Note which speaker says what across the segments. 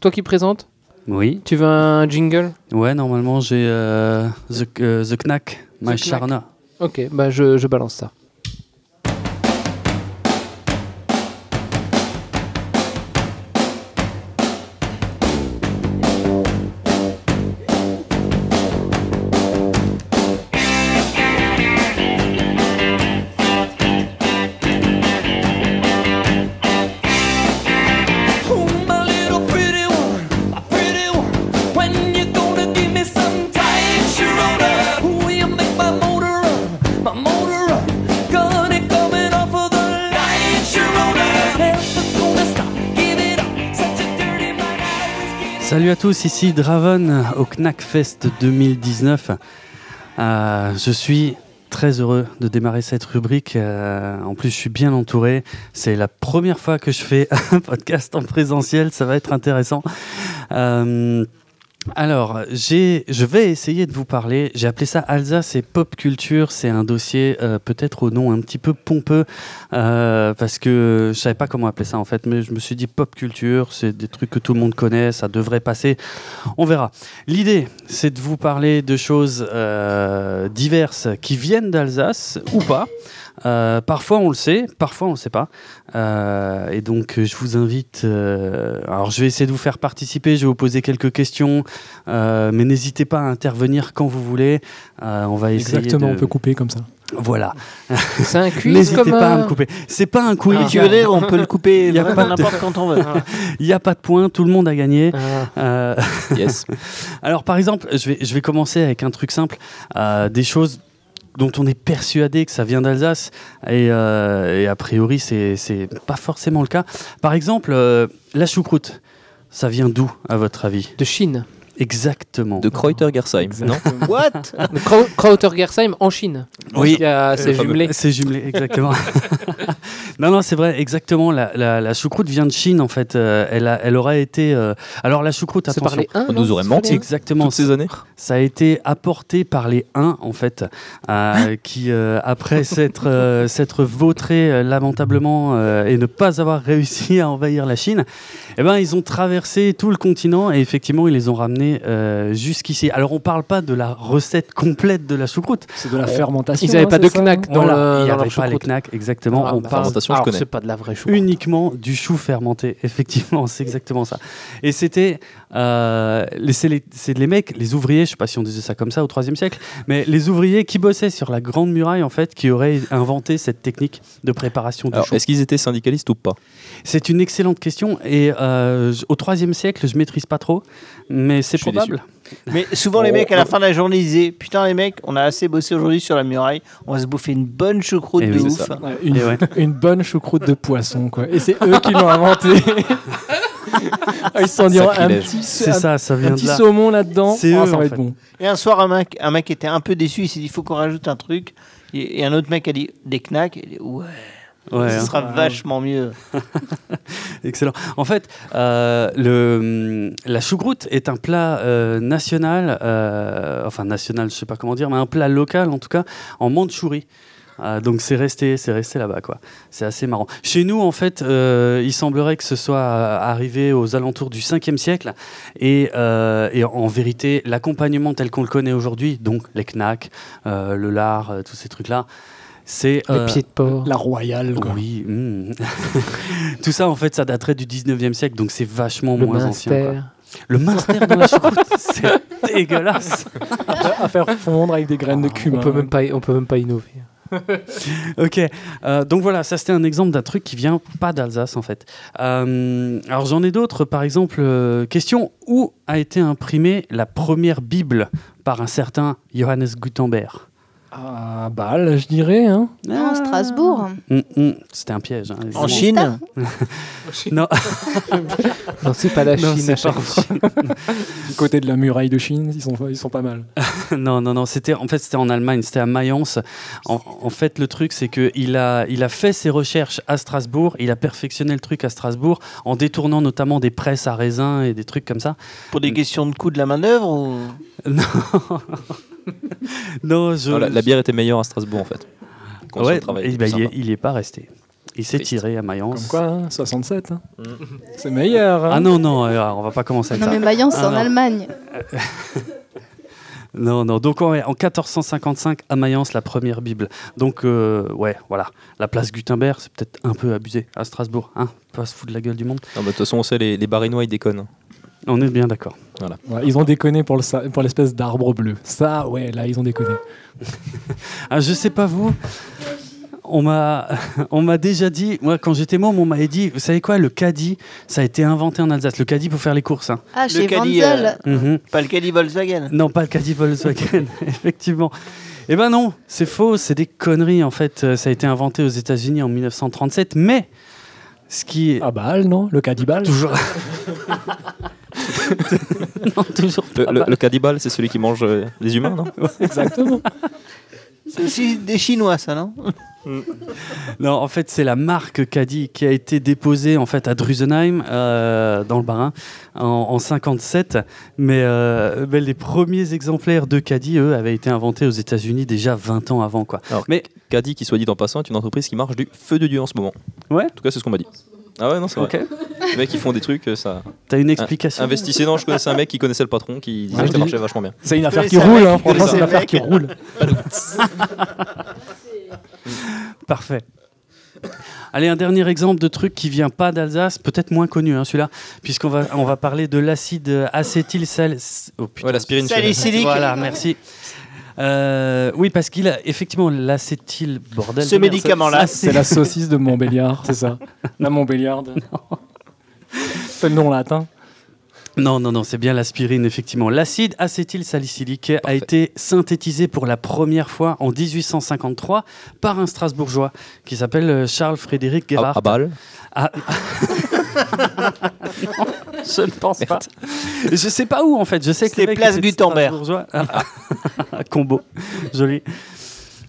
Speaker 1: toi qui présente
Speaker 2: Oui.
Speaker 1: Tu veux un jingle
Speaker 2: Ouais, normalement j'ai euh, the, euh, the Knack, My Sharna.
Speaker 1: Ok, bah je, je balance ça.
Speaker 2: Salut à tous, ici Draven au Knack Fest 2019. Euh, je suis très heureux de démarrer cette rubrique. Euh, en plus, je suis bien entouré. C'est la première fois que je fais un podcast en présentiel. Ça va être intéressant. Euh, alors, j'ai- je vais essayer de vous parler. J'ai appelé ça Alsace et pop culture. C'est un dossier euh, peut-être au nom un petit peu pompeux euh, parce que je savais pas comment appeler ça en fait, mais je me suis dit pop culture, c'est des trucs que tout le monde connaît, ça devrait passer. On verra. L'idée, c'est de vous parler de choses euh, diverses qui viennent d'Alsace ou pas. Euh, parfois on le sait, parfois on le sait pas. Euh, et donc euh, je vous invite. euh, alors je vais essayer de vous faire participer, je vais vous poser quelques questions, euh, mais n'hésitez pas à intervenir quand vous voulez. Euh, on va essayer.
Speaker 3: Exactement,
Speaker 2: de-
Speaker 3: on peut couper comme ça.
Speaker 2: Voilà.
Speaker 1: C'est un quiz
Speaker 2: N'hésitez
Speaker 1: comme
Speaker 2: pas à
Speaker 1: un-
Speaker 2: me couper. C'est pas un quiz.
Speaker 1: Ah.
Speaker 4: Tu veux dire, on peut le couper
Speaker 2: Y a
Speaker 4: vraiment
Speaker 2: pas de-
Speaker 4: n'importe quand on veut.
Speaker 2: Il n'y a pas de point, tout le monde a gagné.
Speaker 1: Ah,
Speaker 2: Euh,
Speaker 1: yes.
Speaker 2: alors par exemple, je vais, je vais commencer avec un truc simple, euh, des choses dont on est persuadé que ça vient d'Alsace, et, euh, et a priori c'est c'est pas forcément le cas. Par exemple, euh, la choucroute, ça vient d'où à votre avis
Speaker 1: De Chine.
Speaker 2: Exactement.
Speaker 5: De Kreuter-Gersheim, non
Speaker 4: What
Speaker 1: De Krau- Krauter-Gersheim en Chine.
Speaker 2: Oui. Euh,
Speaker 1: Il y a- C'est
Speaker 5: Le fameux.
Speaker 1: jumelé.
Speaker 2: C'est jumelé, exactement. non, non, c'est vrai, exactement. La, la- la choucroute vient de Chine, en fait. Euh, elle, a- elle aurait été... euh, Alors la choucroute,
Speaker 1: C'est
Speaker 2: attention.
Speaker 1: par les uns,
Speaker 5: On
Speaker 1: non
Speaker 5: nous aurait
Speaker 1: C'est par les
Speaker 5: menti.
Speaker 1: uns
Speaker 2: Exactement.
Speaker 5: Toutes ces années
Speaker 2: Ça a été apporté par les Huns, en fait,
Speaker 1: Hein
Speaker 2: euh, qui, euh, après s'être euh, s'être vautrés euh, lamentablement euh, et ne pas avoir réussi à envahir la Chine, eh ben, ils ont traversé tout le continent et effectivement, ils les ont ramenés euh, jusqu'ici. Alors, on ne parle pas de la recette complète de la choucroute.
Speaker 3: C'est de la fermentation.
Speaker 1: Ils n'avaient
Speaker 3: hein,
Speaker 1: pas de
Speaker 3: c'est ça,
Speaker 1: knack
Speaker 3: hein
Speaker 1: dans,
Speaker 2: Voilà,
Speaker 1: le,
Speaker 2: il
Speaker 1: dans
Speaker 2: n'y avait
Speaker 1: leur
Speaker 2: pas les
Speaker 1: choucroute.
Speaker 2: knack, exactement.
Speaker 1: Ah,
Speaker 2: on
Speaker 1: bah,
Speaker 2: parle
Speaker 5: Fermentation, je
Speaker 1: alors,
Speaker 5: connais.
Speaker 1: c'est pas de la vraie choucroute.
Speaker 2: uniquement du chou fermenté. Effectivement, c'est exactement ça. Et c'était, euh, les- c'est les, c'est les mecs, les ouvriers, je sais pas si on disait ça comme ça au IIIe siècle, mais les ouvriers qui bossaient sur la Grande Muraille, en fait, qui auraient inventé cette technique de préparation du
Speaker 5: Alors,
Speaker 2: chou.
Speaker 5: est-ce qu'ils étaient syndicalistes ou pas
Speaker 2: C'est une excellente question et euh, je- au IIIe siècle, je maîtrise pas trop, mais c'est
Speaker 5: Je suis
Speaker 2: probable.
Speaker 4: Mais souvent,
Speaker 2: Oh,
Speaker 4: les mecs, à la fin de la journée, ils disaient Putain, les mecs, on a assez bossé aujourd'hui sur la muraille, on va se bouffer une bonne choucroute
Speaker 2: Eh
Speaker 4: de
Speaker 2: oui,
Speaker 4: ouf.
Speaker 5: c'est ça.
Speaker 3: Ouais, une,
Speaker 2: Et ouais.
Speaker 3: une bonne choucroute de poisson, quoi. Et c'est eux qui l'ont inventé. Ah, Ils se sont dit oh, un
Speaker 5: Sacrilège.
Speaker 3: petit, sa-
Speaker 2: C'est
Speaker 3: un-
Speaker 2: ça, ça
Speaker 3: un
Speaker 2: vient de
Speaker 3: petit
Speaker 2: là.
Speaker 3: saumon là-dedans.
Speaker 2: C'est
Speaker 3: oh,
Speaker 2: eux,
Speaker 3: ça
Speaker 2: en
Speaker 3: va être
Speaker 2: fait.
Speaker 3: bon.
Speaker 4: Et un soir, un mec, un mec était un peu déçu, il s'est dit Il faut qu'on rajoute un truc. Et et un autre mec a dit Des knacks Il dit, Ouais,
Speaker 2: Ouais,
Speaker 4: ce
Speaker 2: hein.
Speaker 4: sera vachement mieux.
Speaker 2: Excellent. En fait, euh, le, la choucroute est un plat euh, national, euh, enfin national, je sais pas comment dire, mais un plat local en tout cas, en Mandchourie. Euh, donc c'est resté, c'est resté là-bas quoi. C'est assez marrant. Chez nous en fait, euh, il semblerait que ce soit euh, arrivé aux alentours du 5e siècle et, euh, et en vérité l'accompagnement tel qu'on le connaît aujourd'hui, donc les knacks, euh, le lard, euh, tous ces trucs là, c'est
Speaker 1: Les
Speaker 2: euh,
Speaker 1: pieds de porc.
Speaker 3: La royale, quoi.
Speaker 2: oui. mm. Tout ça, en fait, ça daterait du 19e siècle, donc c'est vachement
Speaker 1: Le
Speaker 2: moins ancien.
Speaker 1: minster.
Speaker 2: quoi. Le minster dans la choucroute, c'est dégueulasse.
Speaker 3: à faire fondre avec des graines
Speaker 2: Ah,
Speaker 3: de cumin.
Speaker 1: On peut même pas, on peut même pas innover.
Speaker 2: Ok, euh, donc voilà, ça c'était un exemple d'un truc qui vient pas d'Alsace, en fait. Euh, alors j'en ai d'autres, par exemple, euh, question où a été imprimée la première Bible par un certain Johannes Gutenberg
Speaker 3: À Bâle, Ah, je dirais. Hein.
Speaker 6: Non,
Speaker 2: Ah.
Speaker 6: Strasbourg.
Speaker 2: Mm, mm, C'était un piège. hein, évidemment.
Speaker 4: En Chine
Speaker 2: Non,
Speaker 1: Non, c'est pas la
Speaker 2: non,
Speaker 1: Chine. à
Speaker 2: c'est pas
Speaker 1: chaque
Speaker 2: en
Speaker 1: fois.
Speaker 2: Chine.
Speaker 3: Du côté de la muraille de Chine, ils sont, ils sont pas mal.
Speaker 2: Ah. Non, non, non. C'était en fait c'était en Allemagne, c'était à Mayence. En, en fait, le truc c'est que il a il a fait ses recherches à Strasbourg. Il a perfectionné le truc à Strasbourg en détournant notamment des presses à raisin et des trucs comme ça.
Speaker 4: Pour des questions de coût de la main-d'œuvre ou...
Speaker 2: Non, je,
Speaker 5: Non, Ah, la, la bière était meilleure à Strasbourg, en fait. Quand on
Speaker 2: Ouais,
Speaker 5: travaille,
Speaker 2: eh ben,
Speaker 5: c'est
Speaker 2: il, est,
Speaker 5: sympa.
Speaker 2: il y est pas resté. Il s'est
Speaker 5: Triste.
Speaker 2: tiré à Mayence.
Speaker 3: Comme quoi, hein, 67. hein.
Speaker 5: Mm.
Speaker 3: C'est meilleur. hein.
Speaker 2: Ah non, non, euh, on va pas commencer avec
Speaker 6: Non,
Speaker 2: ça.
Speaker 6: mais Mayence,
Speaker 2: Ah,
Speaker 6: c'est en
Speaker 2: non.
Speaker 6: Allemagne.
Speaker 2: Non, non, donc ouais, en 1455 à Mayence, la première Bible. Donc, euh, ouais, voilà. La place Gutenberg, c'est peut-être un peu abusé à Strasbourg. Hein pas se foutre de la gueule du monde.
Speaker 5: Non, bah, de toute façon, on sait, les, les Barinois, ils déconnent.
Speaker 2: On est bien d'accord.
Speaker 3: Ouais, ils ont déconné pour le sa- pour l'espèce d'arbre bleu. Ça, ouais, là, ils ont déconné.
Speaker 2: Ah, je sais pas vous. On m'a, on m'a déjà dit, moi quand j'étais môme, on m'avait dit, vous savez quoi, le caddie, ça a été inventé en Alsace. Le caddie pour faire les courses. hein.
Speaker 6: Ah, chez
Speaker 4: caddie,
Speaker 6: Wenzel.
Speaker 5: Mm-hmm.
Speaker 2: Mhm.
Speaker 4: Pas le Cali Volkswagen.
Speaker 2: Non, pas le caddie Volkswagen, effectivement. Eh ben non, c'est faux, c'est des conneries en fait. Euh, Ça a été inventé aux États-Unis en 1937, mais ce qui est
Speaker 3: Ah bah, non Le cadibal
Speaker 2: toujours. non, toujours
Speaker 5: Le,
Speaker 2: pas
Speaker 5: le-
Speaker 2: mal.
Speaker 5: le cannibale, c'est celui qui mange euh, les humains, non
Speaker 3: Exactement.
Speaker 4: C'est aussi des Chinois, ça, non
Speaker 2: Non, en fait, c'est la marque Caddy qui a été déposée en fait à Drusenheim, euh, dans le Bas-Rhin, en, en 57. Mais, euh, mais les premiers exemplaires de Caddy, eux, avaient été inventés aux États-Unis déjà 20 ans avant, quoi.
Speaker 5: Caddy, qui soit dit en passant, est une entreprise qui marche du feu de Dieu en ce moment.
Speaker 2: Ouais.
Speaker 5: En tout cas, c'est ce qu'on m'a dit. Ah ouais, non, c'est vrai. Les mecs, ils font des trucs, euh, ça.
Speaker 2: T'as une explication
Speaker 5: Investissez, non, je connaissais un mec qui connaissait le patron qui disait
Speaker 3: Ouais,
Speaker 2: Ah,
Speaker 5: que ça
Speaker 3: je
Speaker 5: marchait vachement bien.
Speaker 3: C'est une affaire
Speaker 4: connais
Speaker 3: qui
Speaker 4: ça,
Speaker 3: roule,
Speaker 4: mec,
Speaker 3: hein.
Speaker 4: je connais
Speaker 3: franchement, c'est une
Speaker 4: ça,
Speaker 3: affaire
Speaker 4: mec.
Speaker 3: qui roule.
Speaker 2: Parfait. Allez, un dernier exemple de truc qui vient pas d'Alsace, peut-être moins connu, hein, celui-là, puisqu'on va, on va parler de l'acide acétylsal. Oh, putain.
Speaker 5: Ouais, l'aspirine, je connais.
Speaker 4: Salicylique.
Speaker 2: Voilà, merci. Euh, oui, parce qu'il a effectivement l'acétyl bordel.
Speaker 4: Ce
Speaker 2: de merde, ça-
Speaker 4: médicament-là.
Speaker 3: C'est la saucisse de Montbéliard, c'est ça. La Montbéliarde. C'est le nom latin.
Speaker 2: Non, non, non, c'est bien l'aspirine, effectivement. L'acide acétylsalicylique a été synthétisé pour la première fois en 1853 par un Strasbourgeois qui s'appelle euh, Charles Frédéric
Speaker 5: À,
Speaker 2: Gerhardt.
Speaker 5: à Bâle.
Speaker 2: Ah. Je ne pense pas. Je sais pas où en fait. Je sais que
Speaker 4: C'était
Speaker 2: le mec
Speaker 4: place
Speaker 2: était
Speaker 4: Gutenberg.
Speaker 2: Strasbourgeois. Ah. Combo, joli.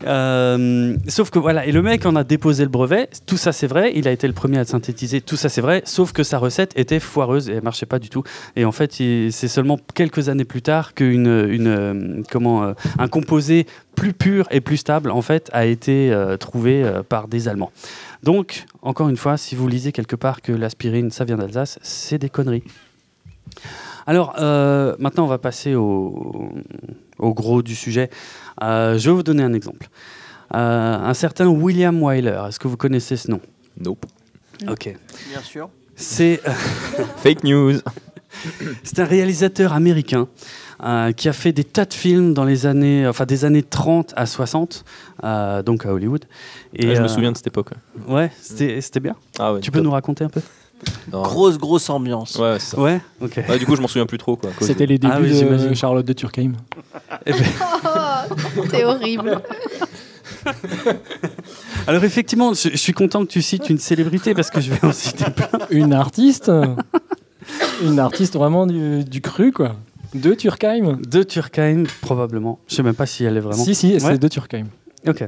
Speaker 2: Euh, sauf que voilà, et le mec en a déposé le brevet, tout ça c'est vrai, il a été le premier à le synthétiser, tout ça c'est vrai, sauf que sa recette était foireuse et elle marchait pas du tout. Et en fait, il- c'est seulement quelques années plus tard qu'une une, euh, comment euh, un composé plus pur et plus stable en fait a été euh, trouvé euh, par des Allemands. Donc, encore une fois, si vous lisez quelque part que l'aspirine ça vient d'Alsace, c'est des conneries. Alors, euh, maintenant, on va passer au, au gros du sujet. Euh, je vais vous donner un exemple. Euh, un certain William Wyler, est-ce que vous connaissez ce nom
Speaker 5: Nope.
Speaker 2: Ok.
Speaker 4: Bien sûr.
Speaker 2: C'est euh,
Speaker 5: Fake news.
Speaker 2: C'est un réalisateur américain euh, qui a fait des tas de films dans les années, enfin des années 30 à 60, euh, donc à Hollywood. Et,
Speaker 5: Ouais, je
Speaker 2: euh,
Speaker 5: me souviens de cette époque. ouais.
Speaker 2: Ouais, c'était c'était bien.
Speaker 5: Ah ouais.
Speaker 2: Tu peux nous raconter un peu
Speaker 5: Non.
Speaker 4: Grosse, grosse ambiance.
Speaker 5: Ouais, ouais, c'est ça.
Speaker 2: Ouais, ok.
Speaker 5: Ouais, du coup, je m'en souviens plus trop. quoi, à cause
Speaker 3: C'était
Speaker 5: de-
Speaker 3: les débuts
Speaker 2: Ah oui,
Speaker 3: de
Speaker 2: j'imagine.
Speaker 3: Charlotte de Turckheim.
Speaker 6: Oh, t'es horrible.
Speaker 2: Alors effectivement, je, je suis content que tu cites une célébrité parce que je vais en citer plein.
Speaker 3: Une artiste Une artiste vraiment du, du cru, quoi. De Turckheim
Speaker 2: De Turkheim, probablement. Je sais même pas si elle est vraiment.
Speaker 3: Si, si,
Speaker 2: Ouais.
Speaker 3: c'est de Turckheim.
Speaker 2: Ok.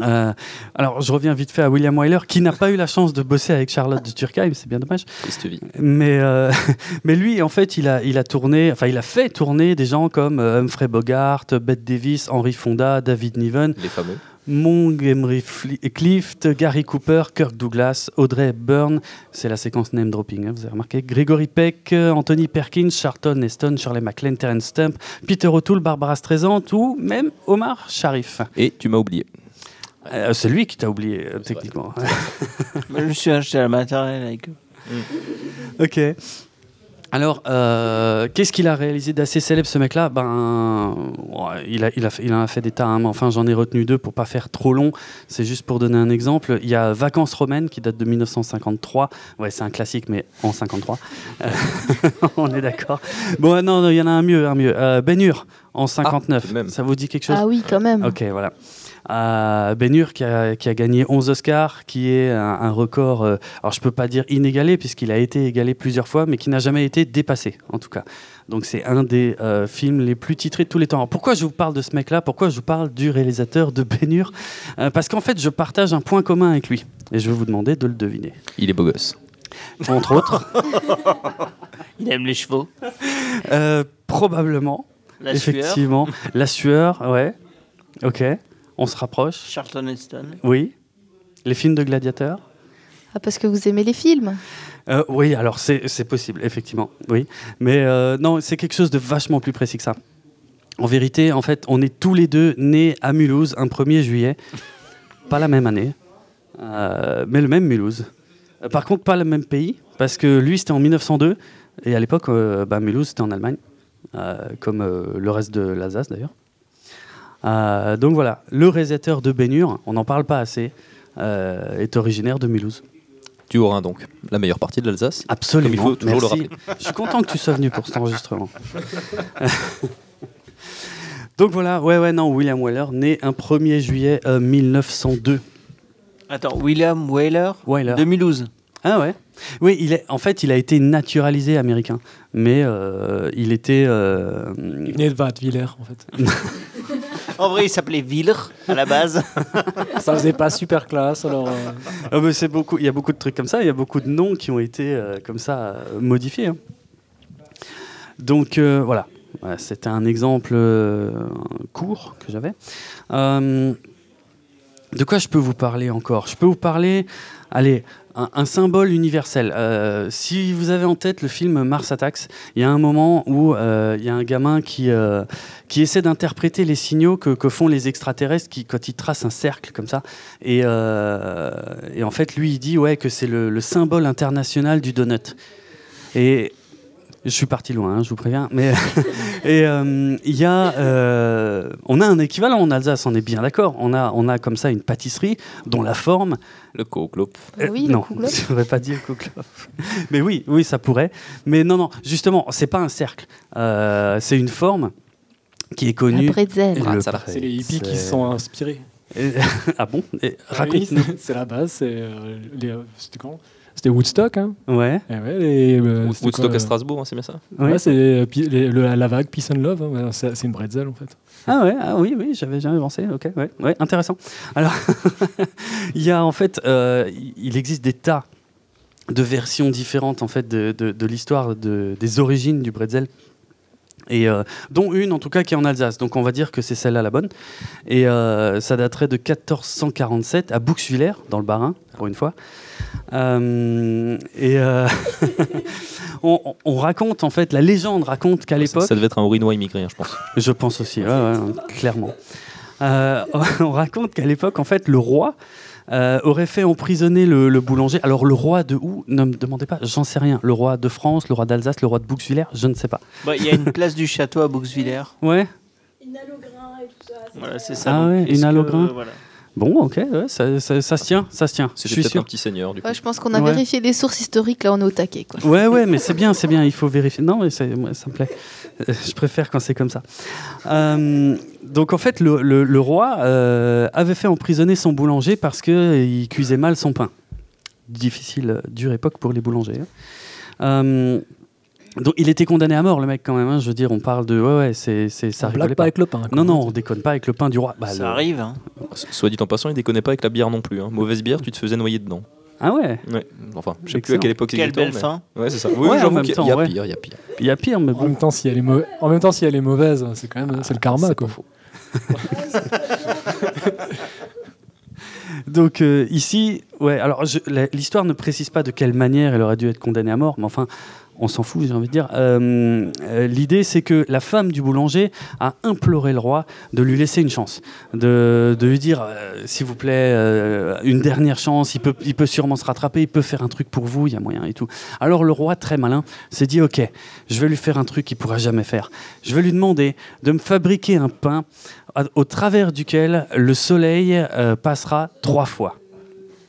Speaker 2: Euh, alors, je reviens vite fait à William Wyler, qui n'a pas eu la chance de bosser avec Charlotte de Turkheim, c'est bien dommage.
Speaker 5: Triste vie.
Speaker 2: Mais, euh, mais lui, en fait, il a, il a tourné, enfin, il a fait tourner des gens comme euh, Humphrey Bogart, Bette Davis, Henry Fonda, David Niven,
Speaker 5: Les fameux.
Speaker 2: Mong, Emery Fli- Clift, Gary Cooper, Kirk Douglas, Audrey Hepburn, c'est la séquence name dropping, hein, vous avez remarqué, Gregory Peck, euh, Anthony Perkins, Charlton Heston, Shirley MacLaine, Terence Stump, Peter O'Toole, Barbara Streisand ou même Omar Sharif.
Speaker 5: Et tu m'as oublié.
Speaker 2: Euh, c'est lui qui t'a oublié, euh, techniquement.
Speaker 4: Je me suis acheté à la maternelle avec eux.
Speaker 2: ok. Alors, euh, qu'est-ce qu'il a réalisé d'assez célèbre, ce mec-là Ben, ouais, il, a, il, a fait, il en a fait des tas, hein, mais enfin, j'en ai retenu deux pour pas faire trop long. C'est juste pour donner un exemple. Il y a Vacances romaines qui date de 1953. Ouais, c'est un classique, mais en 53. Euh, on est d'accord. Bon, ah, non, non, il y en a un mieux, un mieux. Euh, ben Hur, en 59.
Speaker 5: tout de même.
Speaker 2: Ça vous dit quelque chose
Speaker 6: Ah oui, quand
Speaker 4: Mm.
Speaker 6: même.
Speaker 2: Ok, voilà. Euh, ben Hur qui a, qui a gagné 11 Oscars, qui est un, un record, euh, alors je peux pas dire inégalé, puisqu'il a été égalé plusieurs fois, mais qui n'a jamais été dépassé, en tout cas. Donc c'est un des euh, films les plus titrés de tous les temps. Alors, pourquoi je vous parle de ce mec-là Pourquoi je vous parle du réalisateur de Ben Hur Euh, Parce qu'en fait, je partage un point commun avec lui. Et je vais vous demander de le deviner.
Speaker 5: Il est beau gosse.
Speaker 2: Entre autres,
Speaker 4: Il aime les chevaux.
Speaker 2: euh, probablement,
Speaker 4: La sueur.
Speaker 2: effectivement, la sueur, ouais. Ok, on se rapproche.
Speaker 4: Charlton Heston.
Speaker 2: Oui. Les films de gladiateurs
Speaker 6: Ah, parce que vous aimez les films.
Speaker 2: Euh, Oui, alors c'est c'est possible, effectivement. Oui. Mais euh, non, c'est quelque chose de vachement plus précis que ça. En vérité, en fait, on est tous les deux nés à Mulhouse un 1er juillet. Pas la même année, euh, mais le même Mulhouse. Euh, Par contre, pas le même pays, parce que lui, c'était en 1902. Et à l'époque, euh, bah, Mulhouse, c'était en Allemagne, euh, comme euh, le reste de l'Alsace d'ailleurs. Euh, donc voilà, le réalisateur de Bénure, on n'en parle pas assez, euh, est originaire de Mulhouse.
Speaker 5: Du Haut-Rhin, donc. La meilleure partie de l'Alsace.
Speaker 2: Absolument.
Speaker 5: Comme il faut toujours le
Speaker 2: Merci. Je suis content que tu sois venu pour cet enregistrement. Donc voilà, ouais, ouais, non, William Weller, né un 1er juillet euh, 1902.
Speaker 4: Attends, William Whaler
Speaker 2: Weller.
Speaker 4: de Mulhouse.
Speaker 2: Ah ouais Oui, il est, en fait, il a été naturalisé américain, mais euh, il était. euh,
Speaker 3: Il venait de Vatviller, en fait.
Speaker 4: En vrai, il s'appelait Willer à la base.
Speaker 3: Ça faisait pas super classe, alors. euh,
Speaker 2: ah bah, c'est beaucoup, il y a beaucoup de trucs comme ça, il y a beaucoup de noms qui ont été euh, comme ça euh, modifiés. hein. Donc euh, voilà, Voilà, c'était un exemple euh, court que j'avais. Euh, de quoi je peux vous parler encore Je peux vous parler, allez, un, un symbole universel. Euh, si vous avez en tête le film Mars Attacks, il y a un moment où euh, il y a un gamin qui, euh, qui essaie d'interpréter les signaux que, que font les extraterrestres qui, quand ils tracent un cercle comme ça. Et, euh, et en fait, lui, il dit ouais, que c'est le, le symbole international du donut. Et je suis parti loin, hein, je vous préviens. Mais et euh, il y a, euh, on a un équivalent en Alsace, on est bien d'accord. On a, on a comme ça une pâtisserie dont la forme
Speaker 5: Le Koklop.
Speaker 2: Euh,
Speaker 6: Ah oui,
Speaker 2: non,
Speaker 6: le Kouglof.
Speaker 2: je ne vais pas dire Kouglof. Mais oui, oui, ça pourrait. Mais non, non, justement, c'est pas un cercle. Euh, c'est une forme qui est
Speaker 6: La
Speaker 2: connue.
Speaker 6: bretzel.
Speaker 2: Le
Speaker 5: C'est
Speaker 3: C'est les hippies qui se
Speaker 2: c'est-
Speaker 3: sont inspirés.
Speaker 2: ah bon Eh,
Speaker 3: Oui,
Speaker 2: Raconte.
Speaker 3: c'est- c'est la base. c'est, euh, les- euh, C'était quand C'était Woodstock, hein
Speaker 2: Ouais.
Speaker 3: Eh ouais, les, euh, c'était
Speaker 5: Woodstock
Speaker 3: quoi,
Speaker 5: à
Speaker 3: euh,
Speaker 5: Strasbourg, hein, c'est bien ça
Speaker 3: Ouais,
Speaker 2: ouais.
Speaker 3: c'est les- pi- les- le- la vague Peace and Love. hein, ouais, c'est c'est une bretzel, en fait.
Speaker 2: Ah ouais, ah oui, oui, j'avais jamais pensé. Ok, ouais, ouais, intéressant. Alors, il y a en fait, euh, il existe des tas de versions différentes en fait de, de- de l'histoire de- des origines du bretzel. Et euh, dont une en tout cas qui est en Alsace, donc on va dire que c'est celle-là la bonne. Et euh, ça daterait de 1447 à Buxwiller, dans le Bas-Rhin, pour une fois. Euh, et euh, on, on- on raconte en fait, la légende raconte qu'à
Speaker 5: ça,
Speaker 2: l'époque.
Speaker 5: ça devait être un Haut-Rhinois immigré, hein, je pense.
Speaker 2: Je pense aussi, ouais, ouais, clairement. Euh, on raconte qu'à l'époque, en fait, le roi euh, aurait fait emprisonner le, le boulanger. Alors, le roi de où Ne me demandez pas, j'en sais rien. Le roi de France, le roi d'Alsace, le roi de Bouxwiller, je ne sais pas.
Speaker 4: Bah, Il y a une place du château à Bouxwiller.
Speaker 2: Ouais,
Speaker 7: Une halle au grain et tout ça.
Speaker 4: Voilà, c'est ça.
Speaker 2: Ah
Speaker 4: donc,
Speaker 2: ouais,
Speaker 4: est-ce
Speaker 2: une halle au
Speaker 4: que,
Speaker 2: grain.
Speaker 4: euh, voilà.
Speaker 2: bon, ok, ouais, ça, ça- ça se tient, ça se tient, je
Speaker 5: C'était
Speaker 2: suis
Speaker 5: peut-être un
Speaker 2: sûr.
Speaker 5: petit seigneur, du coup.
Speaker 6: Ouais, je pense qu'on a
Speaker 2: Ouais.
Speaker 6: vérifié les sources historiques, là on est au taquet. Quoi.
Speaker 2: Ouais, ouais, mais c'est bien, c'est bien, il faut vérifier. Non, mais c'est- moi, ça me plaît. Euh, Je préfère quand c'est comme ça. Euh, donc, en fait, le, le- le roi euh, avait fait emprisonner son boulanger parce qu'il cuisait mal son pain. Difficile, euh, dure époque pour les boulangers. hein. Euh, donc, il était condamné à mort, le mec, quand même. hein. Je veux dire, on parle de. Ouais, ouais, c'est, c'est- ça
Speaker 3: On
Speaker 2: rigolait pas.
Speaker 3: blague pas avec le pain. quoi.
Speaker 2: Non, non, on déconne pas avec le pain du roi. Bah,
Speaker 4: ça
Speaker 2: le-
Speaker 4: arrive. hein.
Speaker 5: Soit dit en passant, il déconnait pas avec la bière non plus. hein. Mauvaise bière, tu te faisais noyer dedans.
Speaker 2: Ah ouais,
Speaker 5: Ouais. Enfin, je sais plus à
Speaker 2: Excellent.
Speaker 5: quelle époque
Speaker 4: Quelle
Speaker 5: exactement,
Speaker 4: belle
Speaker 5: mais-
Speaker 4: fin.
Speaker 5: Ouais, c'est ça.
Speaker 2: Ouais,
Speaker 5: Oui,
Speaker 2: en même
Speaker 5: j'avoue qu'il y a- il y
Speaker 2: temps,
Speaker 5: a
Speaker 2: ouais.
Speaker 5: pire, il y a pire.
Speaker 2: il y a pire, mais
Speaker 3: En
Speaker 2: bon.
Speaker 3: même, temps, si elle est mau- en même temps, si elle est mauvaise, hein, c'est quand même
Speaker 2: Ah,
Speaker 3: c'est le karma. Quoi.
Speaker 2: Donc euh, ici, ouais, alors je- la- l'histoire ne précise pas de quelle manière elle aurait dû être condamnée à mort, mais enfin, on s'en fout, j'ai envie de dire. Euh, euh, L'idée, c'est que la femme du boulanger a imploré le roi de lui laisser une chance, de, de lui dire, euh, s'il vous plaît, euh, une dernière chance, il peut, il peut sûrement se rattraper, il peut faire un truc pour vous, il y a moyen et tout. Alors le roi, très malin, s'est dit, ok, je vais lui faire un truc qu'il pourra jamais faire. Je vais lui demander de me fabriquer un pain à- au travers duquel le soleil euh, passera trois fois.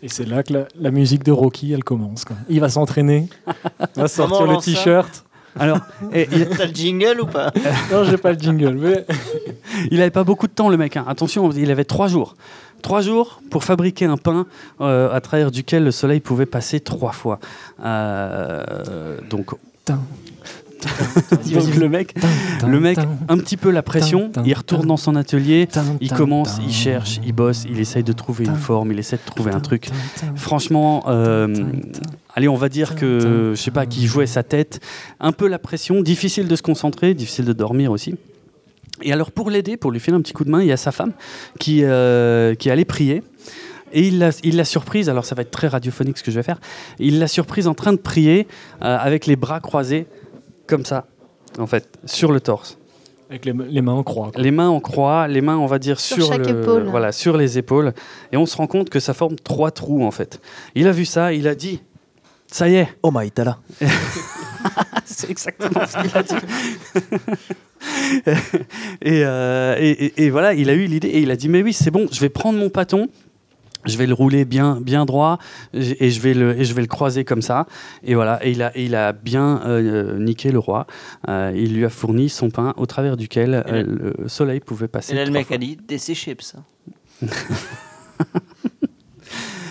Speaker 3: Et c'est là que la, la musique de Rocky, elle commence. quoi. Il va s'entraîner, va sortir
Speaker 4: on
Speaker 3: le
Speaker 4: lance ça
Speaker 3: t-shirt.
Speaker 2: Alors, et il,
Speaker 4: T'as le jingle ou pas
Speaker 3: Non, j'ai pas le jingle, mais
Speaker 2: il avait pas beaucoup de temps, le mec. hein. Attention, il avait trois jours. Trois jours pour fabriquer un pain euh, à travers duquel le soleil pouvait passer trois fois. Euh, donc,
Speaker 3: Tin,
Speaker 2: donc le mec, le mec, un petit peu la pression,
Speaker 3: Tin, tin,
Speaker 2: il retourne
Speaker 3: tin.
Speaker 2: dans son atelier,
Speaker 3: Tin,
Speaker 2: il
Speaker 3: tin,
Speaker 2: commence,
Speaker 3: tin.
Speaker 2: il cherche, il bosse, il essaye de trouver une
Speaker 3: Tin,
Speaker 2: forme, il essaie de trouver un truc.
Speaker 3: Franchement,
Speaker 2: Franchement, euh, allez, on va dire que, je sais pas, qui jouait sa tête. Un peu la pression, difficile de se concentrer, difficile de dormir aussi. Et alors, pour l'aider, pour lui filer un petit coup de main, il y a sa femme qui, euh, qui allait prier. Et il l'a il l'a surprise, alors ça va être très radiophonique ce que je vais faire, il l'a surprise en train de prier euh, avec les bras croisés, comme ça, en fait, sur le torse.
Speaker 3: Avec les, les mains en croix. quoi.
Speaker 2: Les mains en croix, les mains, on va dire, sur,
Speaker 6: Sur chaque
Speaker 2: le-
Speaker 6: épaule.
Speaker 2: Voilà, sur les épaules. Et on se rend compte que ça forme trois trous, en fait. Il a vu ça, il a dit Ça y est
Speaker 8: Oh my, t'as là.
Speaker 2: C'est exactement ce qu'il a dit. et, euh, et- et- et voilà, il a eu l'idée et il a dit Mais oui, c'est bon, je vais prendre mon bâton. Je vais le rouler bien, bien droit et je, vais le, et je vais le croiser comme ça. Et voilà, et il a, et il a bien euh, niqué le roi. Euh, il lui a fourni son pain au travers duquel
Speaker 4: Et là-
Speaker 2: euh, le soleil pouvait passer.
Speaker 4: Et là, le
Speaker 2: trois
Speaker 4: mec a dit desséché, ça.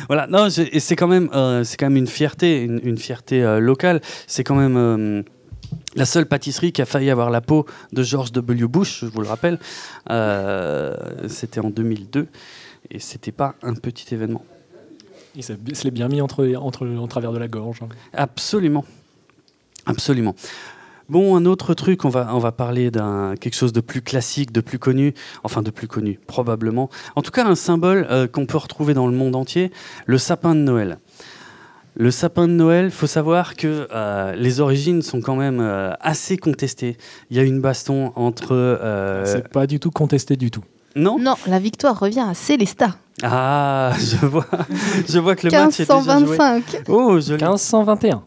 Speaker 2: Voilà, non, c'est et c'est quand même, euh, c'est quand même une fierté, une, une fierté euh, locale. C'est quand même euh, la seule pâtisserie qui a failli avoir la peau de George W. Bush, je vous le rappelle. Euh, c'était en 2002 et c'était pas un petit événement.
Speaker 3: Il s'est- se l'est bien mis entre, entre, en travers de la gorge. hein.
Speaker 2: Absolument, absolument. Bon, un autre truc, on va, on va parler d'un quelque chose de plus classique, de plus connu, enfin de plus connu, probablement. En tout cas, un symbole euh, qu'on peut retrouver dans le monde entier, le sapin de Noël. Le sapin de Noël, faut savoir que euh, les origines sont quand même euh, assez contestées. Il y a une baston entre euh,
Speaker 3: C'est pas du tout contesté du tout.
Speaker 2: non
Speaker 6: Non, la victoire revient à Célesta.
Speaker 2: ah je vois je vois que le match est déjà joué.
Speaker 6: 1525.
Speaker 2: Oh joli.
Speaker 3: 1521.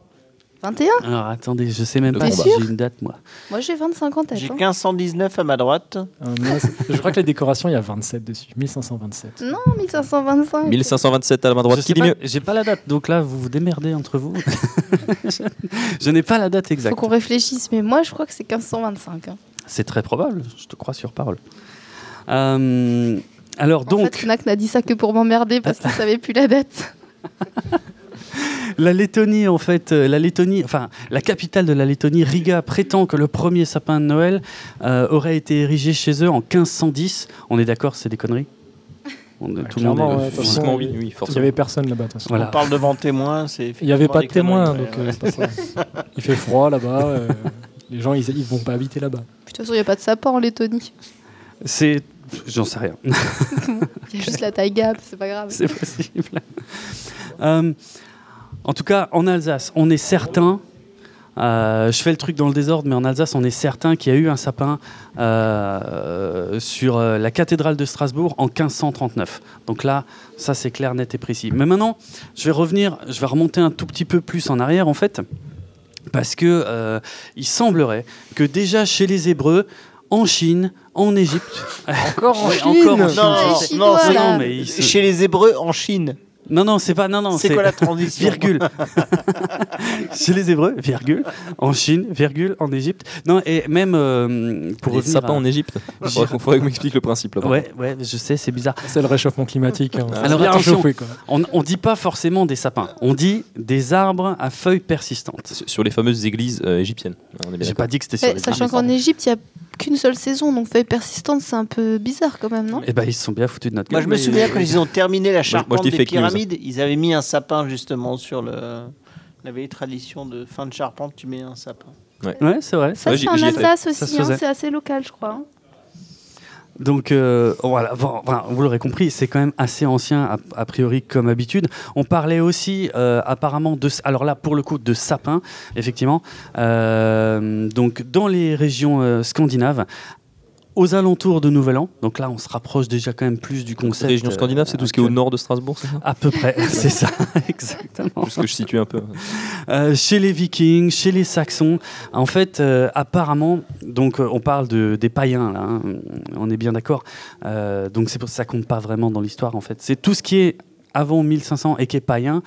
Speaker 6: 21
Speaker 2: Alors attendez, je sais même
Speaker 5: Le
Speaker 2: pas si
Speaker 5: combat.
Speaker 2: j'ai une date moi.
Speaker 6: Moi j'ai 25 ans tête.
Speaker 4: J'ai
Speaker 6: hein.
Speaker 4: 1519 à ma droite.
Speaker 3: Euh, mais c'est- je crois que les décorations, il y a 27 dessus. 1527.
Speaker 6: Non, 1525.
Speaker 5: 1527 à la main droite,
Speaker 2: Je sais
Speaker 5: qui dit
Speaker 2: pas-
Speaker 5: mieux
Speaker 2: J'ai pas la date, donc là vous vous démerdez entre vous. je je n'ai pas la date
Speaker 6: Faut
Speaker 2: exacte.
Speaker 6: qu'on réfléchisse, mais moi je crois que c'est 1525. hein.
Speaker 2: C'est très probable, je te crois sur parole. Euh, alors donc,
Speaker 6: En fait, Fnac n'a dit ça que pour m'emmerder parce qu'il savait plus la date.
Speaker 2: la Lettonie en fait, euh, la Lettonie, enfin la capitale de la Lettonie, Riga, prétend que le premier sapin de Noël euh, aurait été érigé chez eux en 1510. On est d'accord, c'est des conneries. On- tout le monde
Speaker 3: Bah, clairement,
Speaker 2: est-
Speaker 3: ouais, de
Speaker 2: voilà.
Speaker 3: toute façon.
Speaker 5: Physiquement, oui, oui,
Speaker 3: Il n'y
Speaker 5: forcément.
Speaker 3: avait personne là-bas. de toute façon.
Speaker 2: Voilà.
Speaker 4: On parle devant témoin, c'est.
Speaker 3: Il n'y avait
Speaker 4: effectivement
Speaker 3: pas de
Speaker 4: des conneries,
Speaker 3: témoin, donc
Speaker 4: ouais, ouais.
Speaker 3: euh, c'est pas ça. Il fait froid là-bas. euh, les gens, ils, ils vont pas habiter là-bas.
Speaker 6: Puis, De toute façon, il n'y a pas de sapin en Lettonie.
Speaker 2: C'est, j'en sais rien.
Speaker 6: Il y a juste la taille gap, c'est pas grave.
Speaker 2: C'est possible. Euh, en tout cas, en Alsace, on est certain. euh, je fais le truc dans le désordre, mais en Alsace, on est certain qu'il y a eu un sapin euh, sur euh, la cathédrale de Strasbourg en 1539. Donc là, ça c'est clair, net et précis. Mais maintenant, je vais revenir, je vais remonter un tout petit peu plus en arrière, en fait, parce que euh, il semblerait que déjà chez les Hébreux, en Chine, en Égypte,
Speaker 3: Encore
Speaker 2: en Ouais, Chine encore euh, en Chine.
Speaker 4: Non, non,
Speaker 6: Les
Speaker 4: non,
Speaker 6: Chinois,
Speaker 4: non, c'est-
Speaker 6: là.
Speaker 2: non, mais ils se-
Speaker 4: Chez les Hébreux en Chine.
Speaker 2: non, non, c'est pas, non, non,
Speaker 4: C'est quoi la transition
Speaker 2: virgule. Chez les Hébreux, virgule. En Chine, virgule. En Égypte. Non, et même euh, pour
Speaker 5: Pour les
Speaker 2: revenir
Speaker 5: sapins
Speaker 2: à-
Speaker 5: en Égypte. Il
Speaker 2: J'irai-
Speaker 5: faudrait qu'on- faudrait que m'explique le principe là-bas.
Speaker 2: Ouais, ouais, je sais, c'est bizarre.
Speaker 3: C'est le réchauffement climatique. hein.
Speaker 2: Alors,
Speaker 3: bien
Speaker 2: attention.
Speaker 3: chauffé, quoi.
Speaker 2: On ne dit pas forcément des sapins, on dit des arbres à feuilles persistantes.
Speaker 5: Sur sur les fameuses églises euh, égyptiennes. On est bien
Speaker 2: J'ai
Speaker 5: d'accord.
Speaker 2: pas dit que c'était sur
Speaker 6: Eh,
Speaker 2: les
Speaker 6: Sachant qu'en Égypte, il n'y a qu'une seule saison, donc feuille persistante, c'est un peu bizarre quand même, non
Speaker 2: Eh ben, ils se sont bien foutus de notre
Speaker 4: Moi,
Speaker 2: gueule,
Speaker 4: je me
Speaker 2: mais-
Speaker 4: souviens quand ils ont terminé la
Speaker 5: je
Speaker 4: charpente
Speaker 5: dis
Speaker 4: des
Speaker 5: fake news.
Speaker 4: pyramides, ils avaient mis un sapin justement sur le. On avait les traditions de fin de charpente, tu mets un sapin.
Speaker 2: Ouais, c'est vrai.
Speaker 6: Ça,
Speaker 5: Ouais,
Speaker 6: c'est
Speaker 5: j'y-
Speaker 6: en
Speaker 5: j'y étais.
Speaker 6: Alsace
Speaker 2: Ça se
Speaker 6: aussi, hein,
Speaker 2: faisait.
Speaker 6: c'est assez local, je crois. hein.
Speaker 2: Donc euh, voilà, bon, enfin, vous l'aurez compris, c'est quand même assez ancien a, a priori comme habitude. On parlait aussi euh, apparemment de, alors là pour le coup de sapin, effectivement. Euh, donc dans les régions euh, scandinaves, aux alentours de Nouvel An, donc là on se rapproche déjà quand même plus du concept.
Speaker 5: Région scandinave, c'est tout ce qui est au
Speaker 2: nord.
Speaker 5: nord de Strasbourg, c'est ça
Speaker 2: À peu près, c'est ça, exactement.
Speaker 5: Juste que je situe un peu.
Speaker 2: Euh, chez les Vikings, chez les Saxons. En fait, euh, apparemment, donc euh, on parle de, des païens là, hein, on est bien d'accord. Euh, donc c'est pour ça compte pas vraiment dans l'histoire en fait. C'est tout ce qui est avant 1500 et qui est païen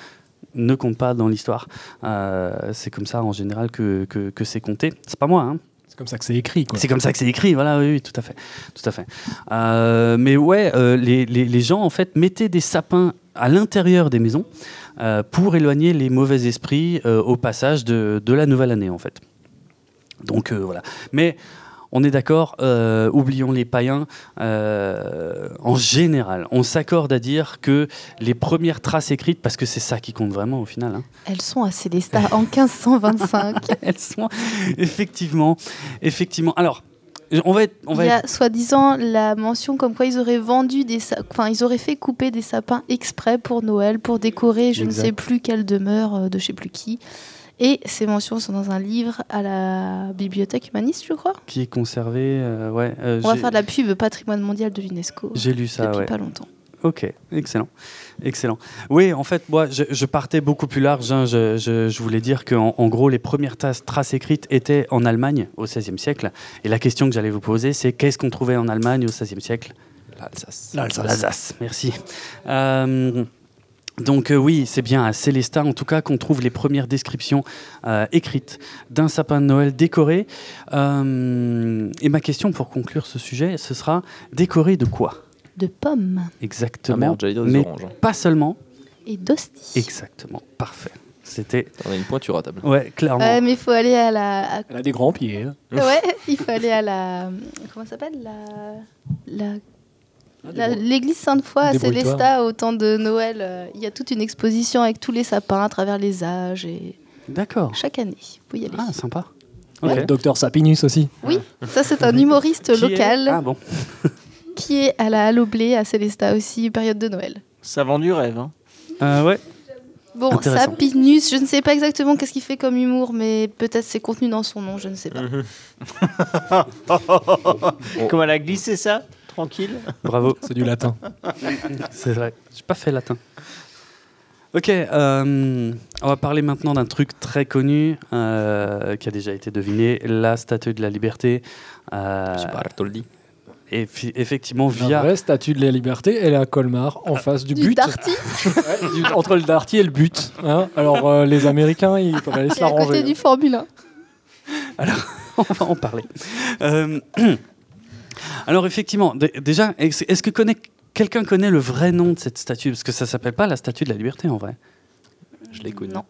Speaker 2: ne compte pas dans l'histoire. Euh, c'est comme ça en général que, que, que c'est compté. C'est pas moi, hein.
Speaker 3: C'est comme ça que c'est écrit. Quoi.
Speaker 2: C'est comme ça que c'est écrit, voilà, oui, oui, tout à fait. Tout à fait. Euh, mais ouais, euh, les, les- les gens, en fait, mettaient des sapins à l'intérieur des maisons euh, pour éloigner les mauvais esprits euh, au passage de, de la nouvelle année, en fait. Donc, euh, voilà. Mais on est d'accord, euh, oublions les païens. euh, en général, on s'accorde à dire que les premières traces écrites, parce que c'est ça qui compte vraiment au final, hein,
Speaker 6: Elles sont à Célesta en 1525.
Speaker 2: elles sont effectivement, effectivement. Alors, on va être- on va
Speaker 6: Il y
Speaker 2: être-
Speaker 6: a soi-disant la mention comme quoi ils auraient vendu des sa- enfin ils auraient fait couper des sapins exprès pour Noël pour décorer je
Speaker 2: Exact.
Speaker 6: ne sais plus quelle demeure euh, de je sais plus qui. Et ces mentions sont dans un livre à la bibliothèque humaniste, je crois.
Speaker 2: qui est conservé. euh, ouais, euh,
Speaker 6: On va
Speaker 2: j'ai-
Speaker 6: faire de la pub patrimoine mondial de l'UNESCO
Speaker 2: J'ai lu ça,
Speaker 6: depuis
Speaker 2: ouais.
Speaker 6: pas longtemps.
Speaker 2: Ok, excellent. excellent. Oui, en fait, moi, je, je partais beaucoup plus large. hein. Je, je- je voulais dire qu'en en gros, les premières tas- traces écrites étaient en Allemagne au XVIe siècle. Et la question que j'allais vous poser, c'est qu'est-ce qu'on trouvait en Allemagne au XVIe siècle
Speaker 1: L'Alsace.
Speaker 2: L'Alsace. Merci. Euh, donc euh, oui, c'est bien à Célestin en tout cas qu'on trouve les premières descriptions euh, écrites d'un sapin de Noël décoré. Euh, et ma question pour conclure ce sujet, ce sera décoré de quoi
Speaker 6: De pommes
Speaker 5: Ah
Speaker 2: exactement
Speaker 5: merde, j'allais dire des
Speaker 2: Mais
Speaker 5: oranges. hein.
Speaker 2: pas seulement.
Speaker 6: et d'hosties.
Speaker 2: Exactement. Parfait. C'était
Speaker 5: On a une pointure à table.
Speaker 2: ouais clairement.
Speaker 6: Ouais, Euh, mais il faut aller à la. à-
Speaker 3: Elle a des grands pieds. hein.
Speaker 6: Ouais, il faut aller à la. Comment ça s'appelle La. La La- L'église Sainte-Foy à
Speaker 3: Débrouille-toi.
Speaker 6: Célestat, au temps de Noël, euh, il y a toute une exposition avec tous les sapins à travers les âges et
Speaker 2: D'accord.
Speaker 6: chaque année. Vous pouvez y aller.
Speaker 2: Ah sympa.
Speaker 3: Il y a
Speaker 2: Ok.
Speaker 3: Le docteur Sapinus aussi.
Speaker 6: oui, ça c'est un humoriste
Speaker 2: Qui est-
Speaker 6: local
Speaker 2: Ah bon.
Speaker 6: qui est à la Halle Blé à Célestat aussi, période de Noël.
Speaker 4: Ça vend du rêve. Hein.
Speaker 2: Euh, ouais.
Speaker 6: Bon,
Speaker 2: Intéressant.
Speaker 6: Sapinus, je ne sais pas exactement qu'est-ce qu'il fait comme humour, mais peut-être c'est contenu dans son nom, je ne sais pas.
Speaker 2: Mhm. Oh.
Speaker 4: Comment elle a glissé ça Tranquille.
Speaker 2: Bravo.
Speaker 3: C'est du latin.
Speaker 2: C'est vrai, j'ai pas fait latin. Ok, euh, on va parler maintenant d'un truc très connu euh, qui a déjà été deviné, la Statue de la Liberté. euh,
Speaker 5: Monsieur Bartholdi.
Speaker 2: et fi- effectivement,
Speaker 3: La
Speaker 2: via
Speaker 3: vraie statue de la liberté, elle est à Colmar, en face du,
Speaker 6: Du
Speaker 3: but.
Speaker 6: Darty,
Speaker 3: Ouais, du- entre le Darty et le but. hein. Alors, euh, les Américains, ils peuvent aller
Speaker 6: qui
Speaker 3: se
Speaker 6: est à
Speaker 3: la
Speaker 6: côté
Speaker 3: ranger.
Speaker 6: du Formule 1.
Speaker 2: on va en parler. Euh, alors effectivement, dé- déjà, est-ce est-ce que connaît- quelqu'un connaît le vrai nom de cette statue Parce que ça s'appelle pas la Statue de la Liberté en vrai.
Speaker 5: Je l'ai connu.
Speaker 6: Non.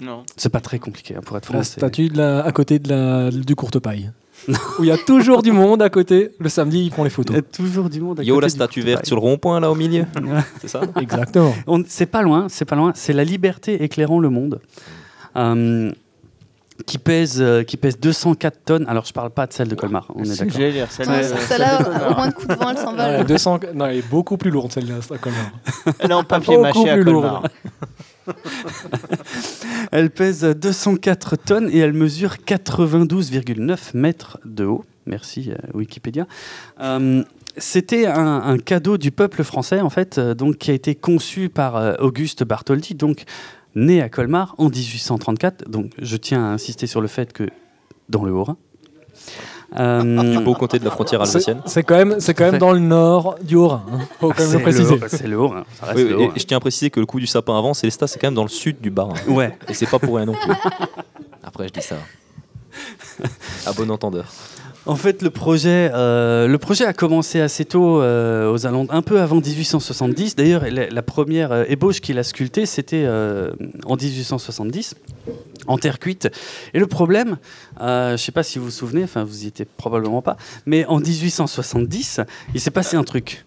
Speaker 4: Non.
Speaker 2: C'est pas très compliqué hein, pour être
Speaker 3: La
Speaker 2: français.
Speaker 3: statue de la- à côté de la, du courte paille. où il y a toujours du monde à côté. Le samedi, ils font les
Speaker 2: Il y
Speaker 3: photos.
Speaker 2: a toujours du monde. à
Speaker 5: Yo,
Speaker 2: côté
Speaker 5: la
Speaker 2: du
Speaker 5: statue
Speaker 2: portail.
Speaker 5: verte sur le rond-point là au milieu. C'est ça
Speaker 3: Exactement.
Speaker 2: On- C'est pas loin, c'est pas loin. C'est la liberté éclairant le monde. Euh, qui pèse, euh, qui pèse 204 tonnes. Alors, je parle pas de celle de Colmar, on est d'accord.
Speaker 4: J'ai l'air.
Speaker 6: Ouais,
Speaker 4: Celle-là. euh,
Speaker 6: Celle-là, au moins de coups de vent, elle
Speaker 3: Ouais,
Speaker 6: s'envole.
Speaker 3: 200... Non, elle est beaucoup plus lourde, celle-là, à Colmar.
Speaker 4: Elle est en papier
Speaker 3: Beaucoup
Speaker 4: mâché à
Speaker 3: plus
Speaker 4: Colmar.
Speaker 3: lourde.
Speaker 2: Elle pèse 204 tonnes et elle mesure 92,9 mètres de haut. Merci euh, Wikipédia. Euh, c'était un, un cadeau du peuple français, en fait, euh, donc, qui a été conçu par euh, Auguste Bartholdi, donc né à Colmar en 1834. Donc, je tiens à insister sur le fait que dans le Haut-Rhin. euh,
Speaker 5: Du beau côté de la frontière alsacienne.
Speaker 3: C'est c'est quand même, c'est quand même dans le nord du Haut-Rhin. hein. Faut quand même
Speaker 2: C'est
Speaker 3: le préciser.
Speaker 2: le- C'est le haut. hein. Ça reste
Speaker 5: Oui, oui,
Speaker 2: le haut,
Speaker 5: et je tiens à préciser que le coup du sapin avant, Célestat, c'est quand même dans le sud du Bas. hein.
Speaker 2: hein. Ouais.
Speaker 5: Et c'est pas pour rien non plus. Après, je dis ça. À bon entendeur.
Speaker 2: En fait, le projet, euh, le projet a commencé assez tôt, euh, aux Allandes, un peu avant 1870. D'ailleurs, la, la première euh, ébauche qu'il a sculptée, c'était euh, en 1870, en terre cuite. Et le problème, euh, je ne sais pas si vous vous souvenez, enfin, vous y étiez probablement pas, mais en 1870, il s'est passé un truc.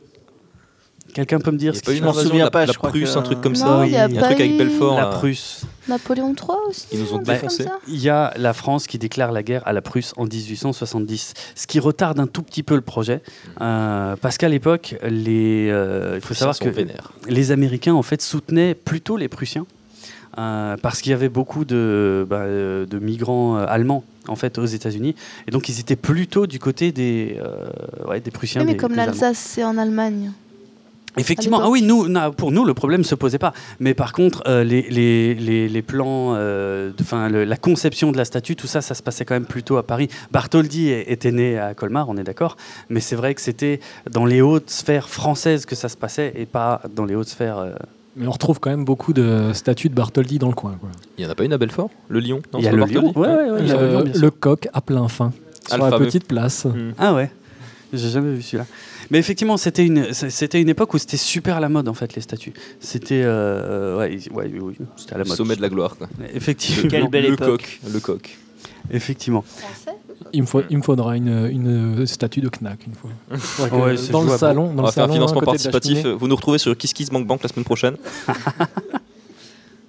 Speaker 2: Quelqu'un peut me dire
Speaker 5: Il y
Speaker 2: ce
Speaker 5: a pas
Speaker 2: qui
Speaker 5: eu
Speaker 2: se
Speaker 5: une
Speaker 4: m'en
Speaker 2: passe
Speaker 5: invasion de
Speaker 4: souviens
Speaker 5: la,
Speaker 4: pas,
Speaker 5: la
Speaker 4: je crois
Speaker 5: Prusse,
Speaker 4: que-
Speaker 5: un truc comme
Speaker 6: Non,
Speaker 5: ça
Speaker 6: il y a
Speaker 5: un
Speaker 6: pas
Speaker 5: truc avec
Speaker 6: eu-
Speaker 5: Belfort.
Speaker 2: La
Speaker 5: là.
Speaker 2: Prusse.
Speaker 6: Napoléon III aussi.
Speaker 5: Ils nous ont
Speaker 6: un truc
Speaker 5: défoncé.
Speaker 6: comme ça.
Speaker 2: Il y a la France qui déclare la guerre à la Prusse en 1870, ce qui retarde un tout petit peu le projet, euh, parce qu'à l'époque, les, euh, il faut
Speaker 5: Ils
Speaker 2: savoir
Speaker 5: sont
Speaker 2: que
Speaker 5: vénères.
Speaker 2: les Américains en fait soutenaient plutôt les Prussiens, euh, parce qu'il y avait beaucoup de, bah, euh, de migrants euh, allemands en fait aux États-Unis, et donc ils étaient plutôt du côté des, euh, ouais, des Prussiens.
Speaker 6: Oui, mais
Speaker 2: des-
Speaker 6: comme
Speaker 2: des Allemands.
Speaker 6: l'Alsace, c'est en Allemagne.
Speaker 2: Effectivement,
Speaker 6: À
Speaker 2: ah
Speaker 6: l'époque.
Speaker 2: oui, nous, na- pour nous, le problème se posait pas. Mais par contre, euh, les, les, les, les plans, euh, de- 'fin, le- la conception de la statue, tout ça, ça se passait quand même plutôt à Paris. Bartholdi est- était né à Colmar, on est d'accord. Mais c'est vrai que c'était dans les hautes sphères françaises que ça se passait et pas dans les hautes sphères. euh,
Speaker 3: Mais on retrouve quand même beaucoup de statues de Bartholdi dans le coin. quoi.
Speaker 6: Ah
Speaker 5: Il y en a pas une à Belfort Le lion Non,
Speaker 2: Il y a
Speaker 5: c'est
Speaker 2: le
Speaker 5: Bartholdi
Speaker 2: lion. Ouais, ouais, ouais, il y a le
Speaker 3: Euh,
Speaker 2: lion, bien sûr.
Speaker 3: le coq à plein fin. Sur
Speaker 5: Ah, le
Speaker 3: la
Speaker 5: fameux.
Speaker 3: petite place.
Speaker 2: Ah ouais. J'ai jamais vu celui-là. Mais effectivement, c'était une, c- c'était une époque où c'était super à la mode en fait les statues. C'était, euh, ouais, ils- ouais, oui, oui, c'était à la
Speaker 5: Le
Speaker 2: mode.
Speaker 5: sommet de la gloire. quoi.
Speaker 2: Effectivement.
Speaker 4: Quelle belle
Speaker 5: le
Speaker 4: époque.
Speaker 5: coq. Le coq.
Speaker 2: Effectivement.
Speaker 6: Français
Speaker 3: Il me, faut- il me faudra une, une statue de Knack une fois. Faudrait que-
Speaker 2: Ouais, c'est
Speaker 3: dans le
Speaker 2: jouable.
Speaker 3: salon. Dans
Speaker 5: On
Speaker 3: le
Speaker 5: va faire un
Speaker 3: salon,
Speaker 5: financement
Speaker 3: hein, côté de la
Speaker 5: participatif.
Speaker 3: cheminée.
Speaker 5: Vous nous retrouvez sur Kiss Kiss Bank Bank la semaine prochaine.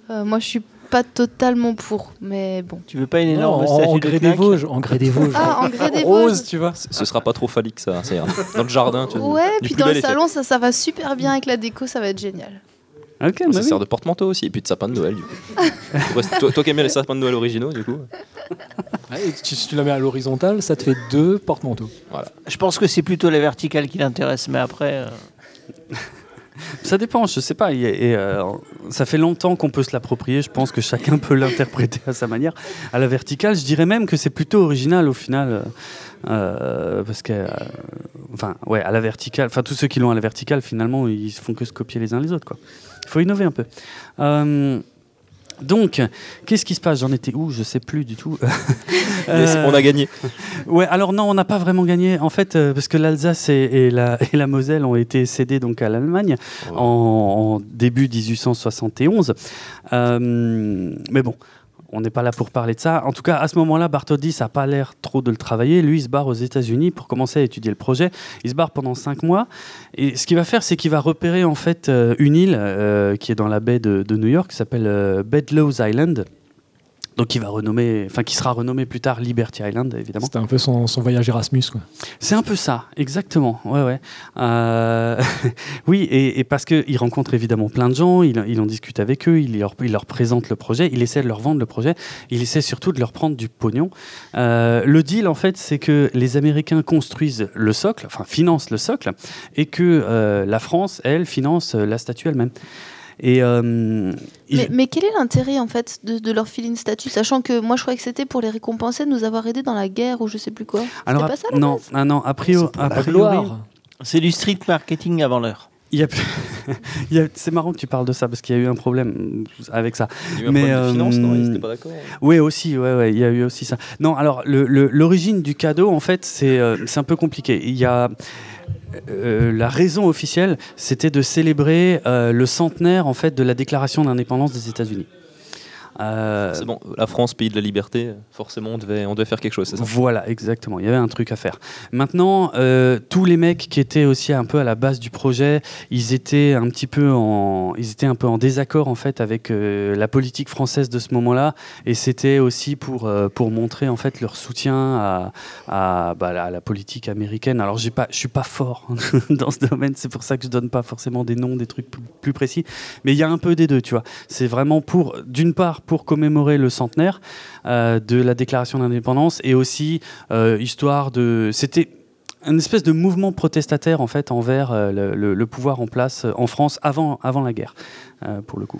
Speaker 6: Euh, Moi, je suis pas totalement pour, mais bon.
Speaker 4: Tu veux pas une
Speaker 3: Non,
Speaker 4: énorme
Speaker 3: en, en
Speaker 4: statue de
Speaker 3: grès des
Speaker 4: Knack
Speaker 3: Vosges. En grès des Vosges.
Speaker 6: Ah, en grès des
Speaker 3: Rose,
Speaker 6: Vosges.
Speaker 3: tu vois.
Speaker 5: Ce sera pas trop phallique, ça, ça ira. Dans le jardin, tu vois.
Speaker 6: Ouais,
Speaker 5: Du
Speaker 6: puis
Speaker 5: plus
Speaker 6: dans
Speaker 5: bel
Speaker 6: le
Speaker 5: effet.
Speaker 6: salon, ça, ça va super bien avec la déco, ça va être génial.
Speaker 2: Ok, bah
Speaker 5: Ah, Ça
Speaker 2: oui.
Speaker 5: sert de porte-manteau aussi, et puis de sapin de Noël, du coup. Pour rester- toi, toi qui aimes bien les sapins de Noël originaux, du coup.
Speaker 3: Ouais, Ah, et tu- si tu la mets à l'horizontale, ça te fait deux porte-manteaux.
Speaker 4: Je pense que c'est plutôt la verticale qui l'intéresse, mais après. euh,
Speaker 2: Ça dépend, je sais pas. il y a- et, euh, ça fait longtemps qu'on peut se l'approprier. Je pense que chacun peut l'interpréter à sa manière. À la verticale, je dirais même que c'est plutôt original au final, euh, euh, parce que, euh, enfin, ouais, à la verticale. Enfin, tous ceux qui l'ont à la verticale, finalement, ils font que se copier les uns les autres, quoi. Il faut innover un peu. Euh, donc, qu'est-ce qui se passe J'en étais où Je sais plus du tout.
Speaker 5: Yes,
Speaker 2: Euh,
Speaker 5: on a gagné.
Speaker 2: Ouais, alors non, on n'a pas vraiment gagné, en fait, euh, parce que l'Alsace et, et la, et la Moselle ont été cédées donc à l'Allemagne
Speaker 5: Ouais.
Speaker 2: en, en début 1871. Euh, mais bon, on n'est pas là pour parler de ça. En tout cas, à ce moment-là, Bartholdi, ça n'a pas l'air trop de le travailler. Lui, il se barre aux États-Unis pour commencer à étudier le projet. Il se barre pendant cinq mois. Et ce qu'il va faire, c'est qu'il va repérer en fait euh, une île euh, qui est dans la baie de, de New York, qui s'appelle euh, Bedloe's Island. Donc, il va renommer, enfin, qui sera renommé plus tard Liberty Island, évidemment.
Speaker 3: C'était un peu son, son voyage Erasmus. Quoi.
Speaker 2: C'est un peu ça, exactement. Ouais, ouais. Euh, oui, et, et parce qu'il rencontre évidemment plein de gens, il, il en discute avec eux, il leur, il leur présente le projet, il essaie de leur vendre le projet, il essaie surtout de leur prendre du pognon. Euh, le deal, en fait, c'est que les Américains construisent le socle, enfin financent le socle, et que euh, la France, elle, finance euh, la statue elle-même. Et euh, il-
Speaker 6: Mais, mais quel est l'intérêt en fait de, de leur filer une statue, sachant que moi je croyais que c'était pour les récompenser de nous avoir aidés dans la guerre ou je sais plus quoi.
Speaker 2: alors,
Speaker 6: pas ça, la
Speaker 2: non, ah non, a priori, a
Speaker 3: La
Speaker 2: priori-
Speaker 3: gloire.
Speaker 4: C'est du street marketing avant l'heure.
Speaker 2: Il y a- il y a- c'est marrant que tu parles de ça parce qu'il y a eu un problème avec ça.
Speaker 5: Il y a eu un
Speaker 2: mais,
Speaker 5: problème
Speaker 2: euh,
Speaker 5: de finance, non Ils étaient pas d'accord.
Speaker 2: Oui, aussi, ouais, ouais, il y a eu aussi ça. Non, alors le- le- l'origine du cadeau, en fait, c'est euh, c'est un peu compliqué. Il y a euh, la raison officielle, c'était de célébrer euh, le centenaire en fait de la déclaration d'indépendance des États-Unis. Euh,
Speaker 5: C'est bon, la France, pays de la liberté, forcément, on devait, on devait faire quelque chose, c'est ça
Speaker 2: Voilà, exactement. Il y avait un truc à faire. Maintenant, euh, tous les mecs qui étaient aussi un peu à la base du projet, ils étaient un petit peu en, ils étaient un peu en désaccord en fait avec euh, la politique française de ce moment-là, et c'était aussi pour euh, pour montrer en fait leur soutien à à, bah, la- à la politique américaine. Alors j'ai pas, je suis pas fort dans ce domaine, c'est pour ça que je donne pas forcément des noms, des trucs plus- plus précis. Mais il y a un peu des deux, tu vois. C'est vraiment pour, d'une part, pour commémorer le centenaire euh, de la déclaration d'indépendance et aussi euh, histoire de. C'était une espèce de mouvement protestataire en fait envers euh, le, le- le pouvoir en place euh, en France avant, avant la guerre, euh, pour le coup.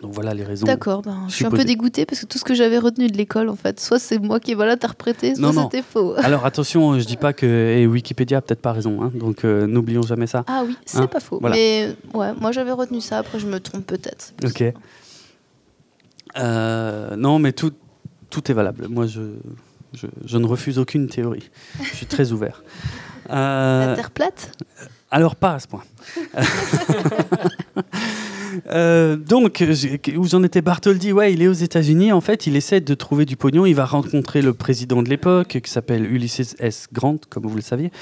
Speaker 2: Donc voilà les raisons.
Speaker 6: D'accord, ben, je suis un
Speaker 2: supposé.
Speaker 6: peu dégoûtée parce que tout ce que j'avais retenu de l'école en fait, soit c'est moi qui ai mal interprété, soit
Speaker 2: Non, non.
Speaker 6: c'était faux.
Speaker 2: Alors attention, euh, je dis pas que eh, Wikipédia a peut-être pas raison, hein, donc euh, n'oublions jamais ça.
Speaker 6: Ah oui, c'est
Speaker 2: Hein,
Speaker 6: pas faux.
Speaker 2: voilà.
Speaker 6: Mais ouais, moi j'avais retenu ça, après je me trompe peut-être.
Speaker 2: Ok. Euh, non, mais tout, tout est valable. Moi, je, je, je ne refuse aucune théorie. Je suis très ouvert.
Speaker 6: La
Speaker 2: Euh,
Speaker 6: terre plate
Speaker 2: alors, pas à ce point. Euh, donc, j'ai- où j'en étais, Bartholdi, ouais, il est aux États-Unis. En fait, il essaie de trouver du pognon. Il va rencontrer le président de l'époque, qui s'appelle Ulysses S. Grant, comme vous le saviez.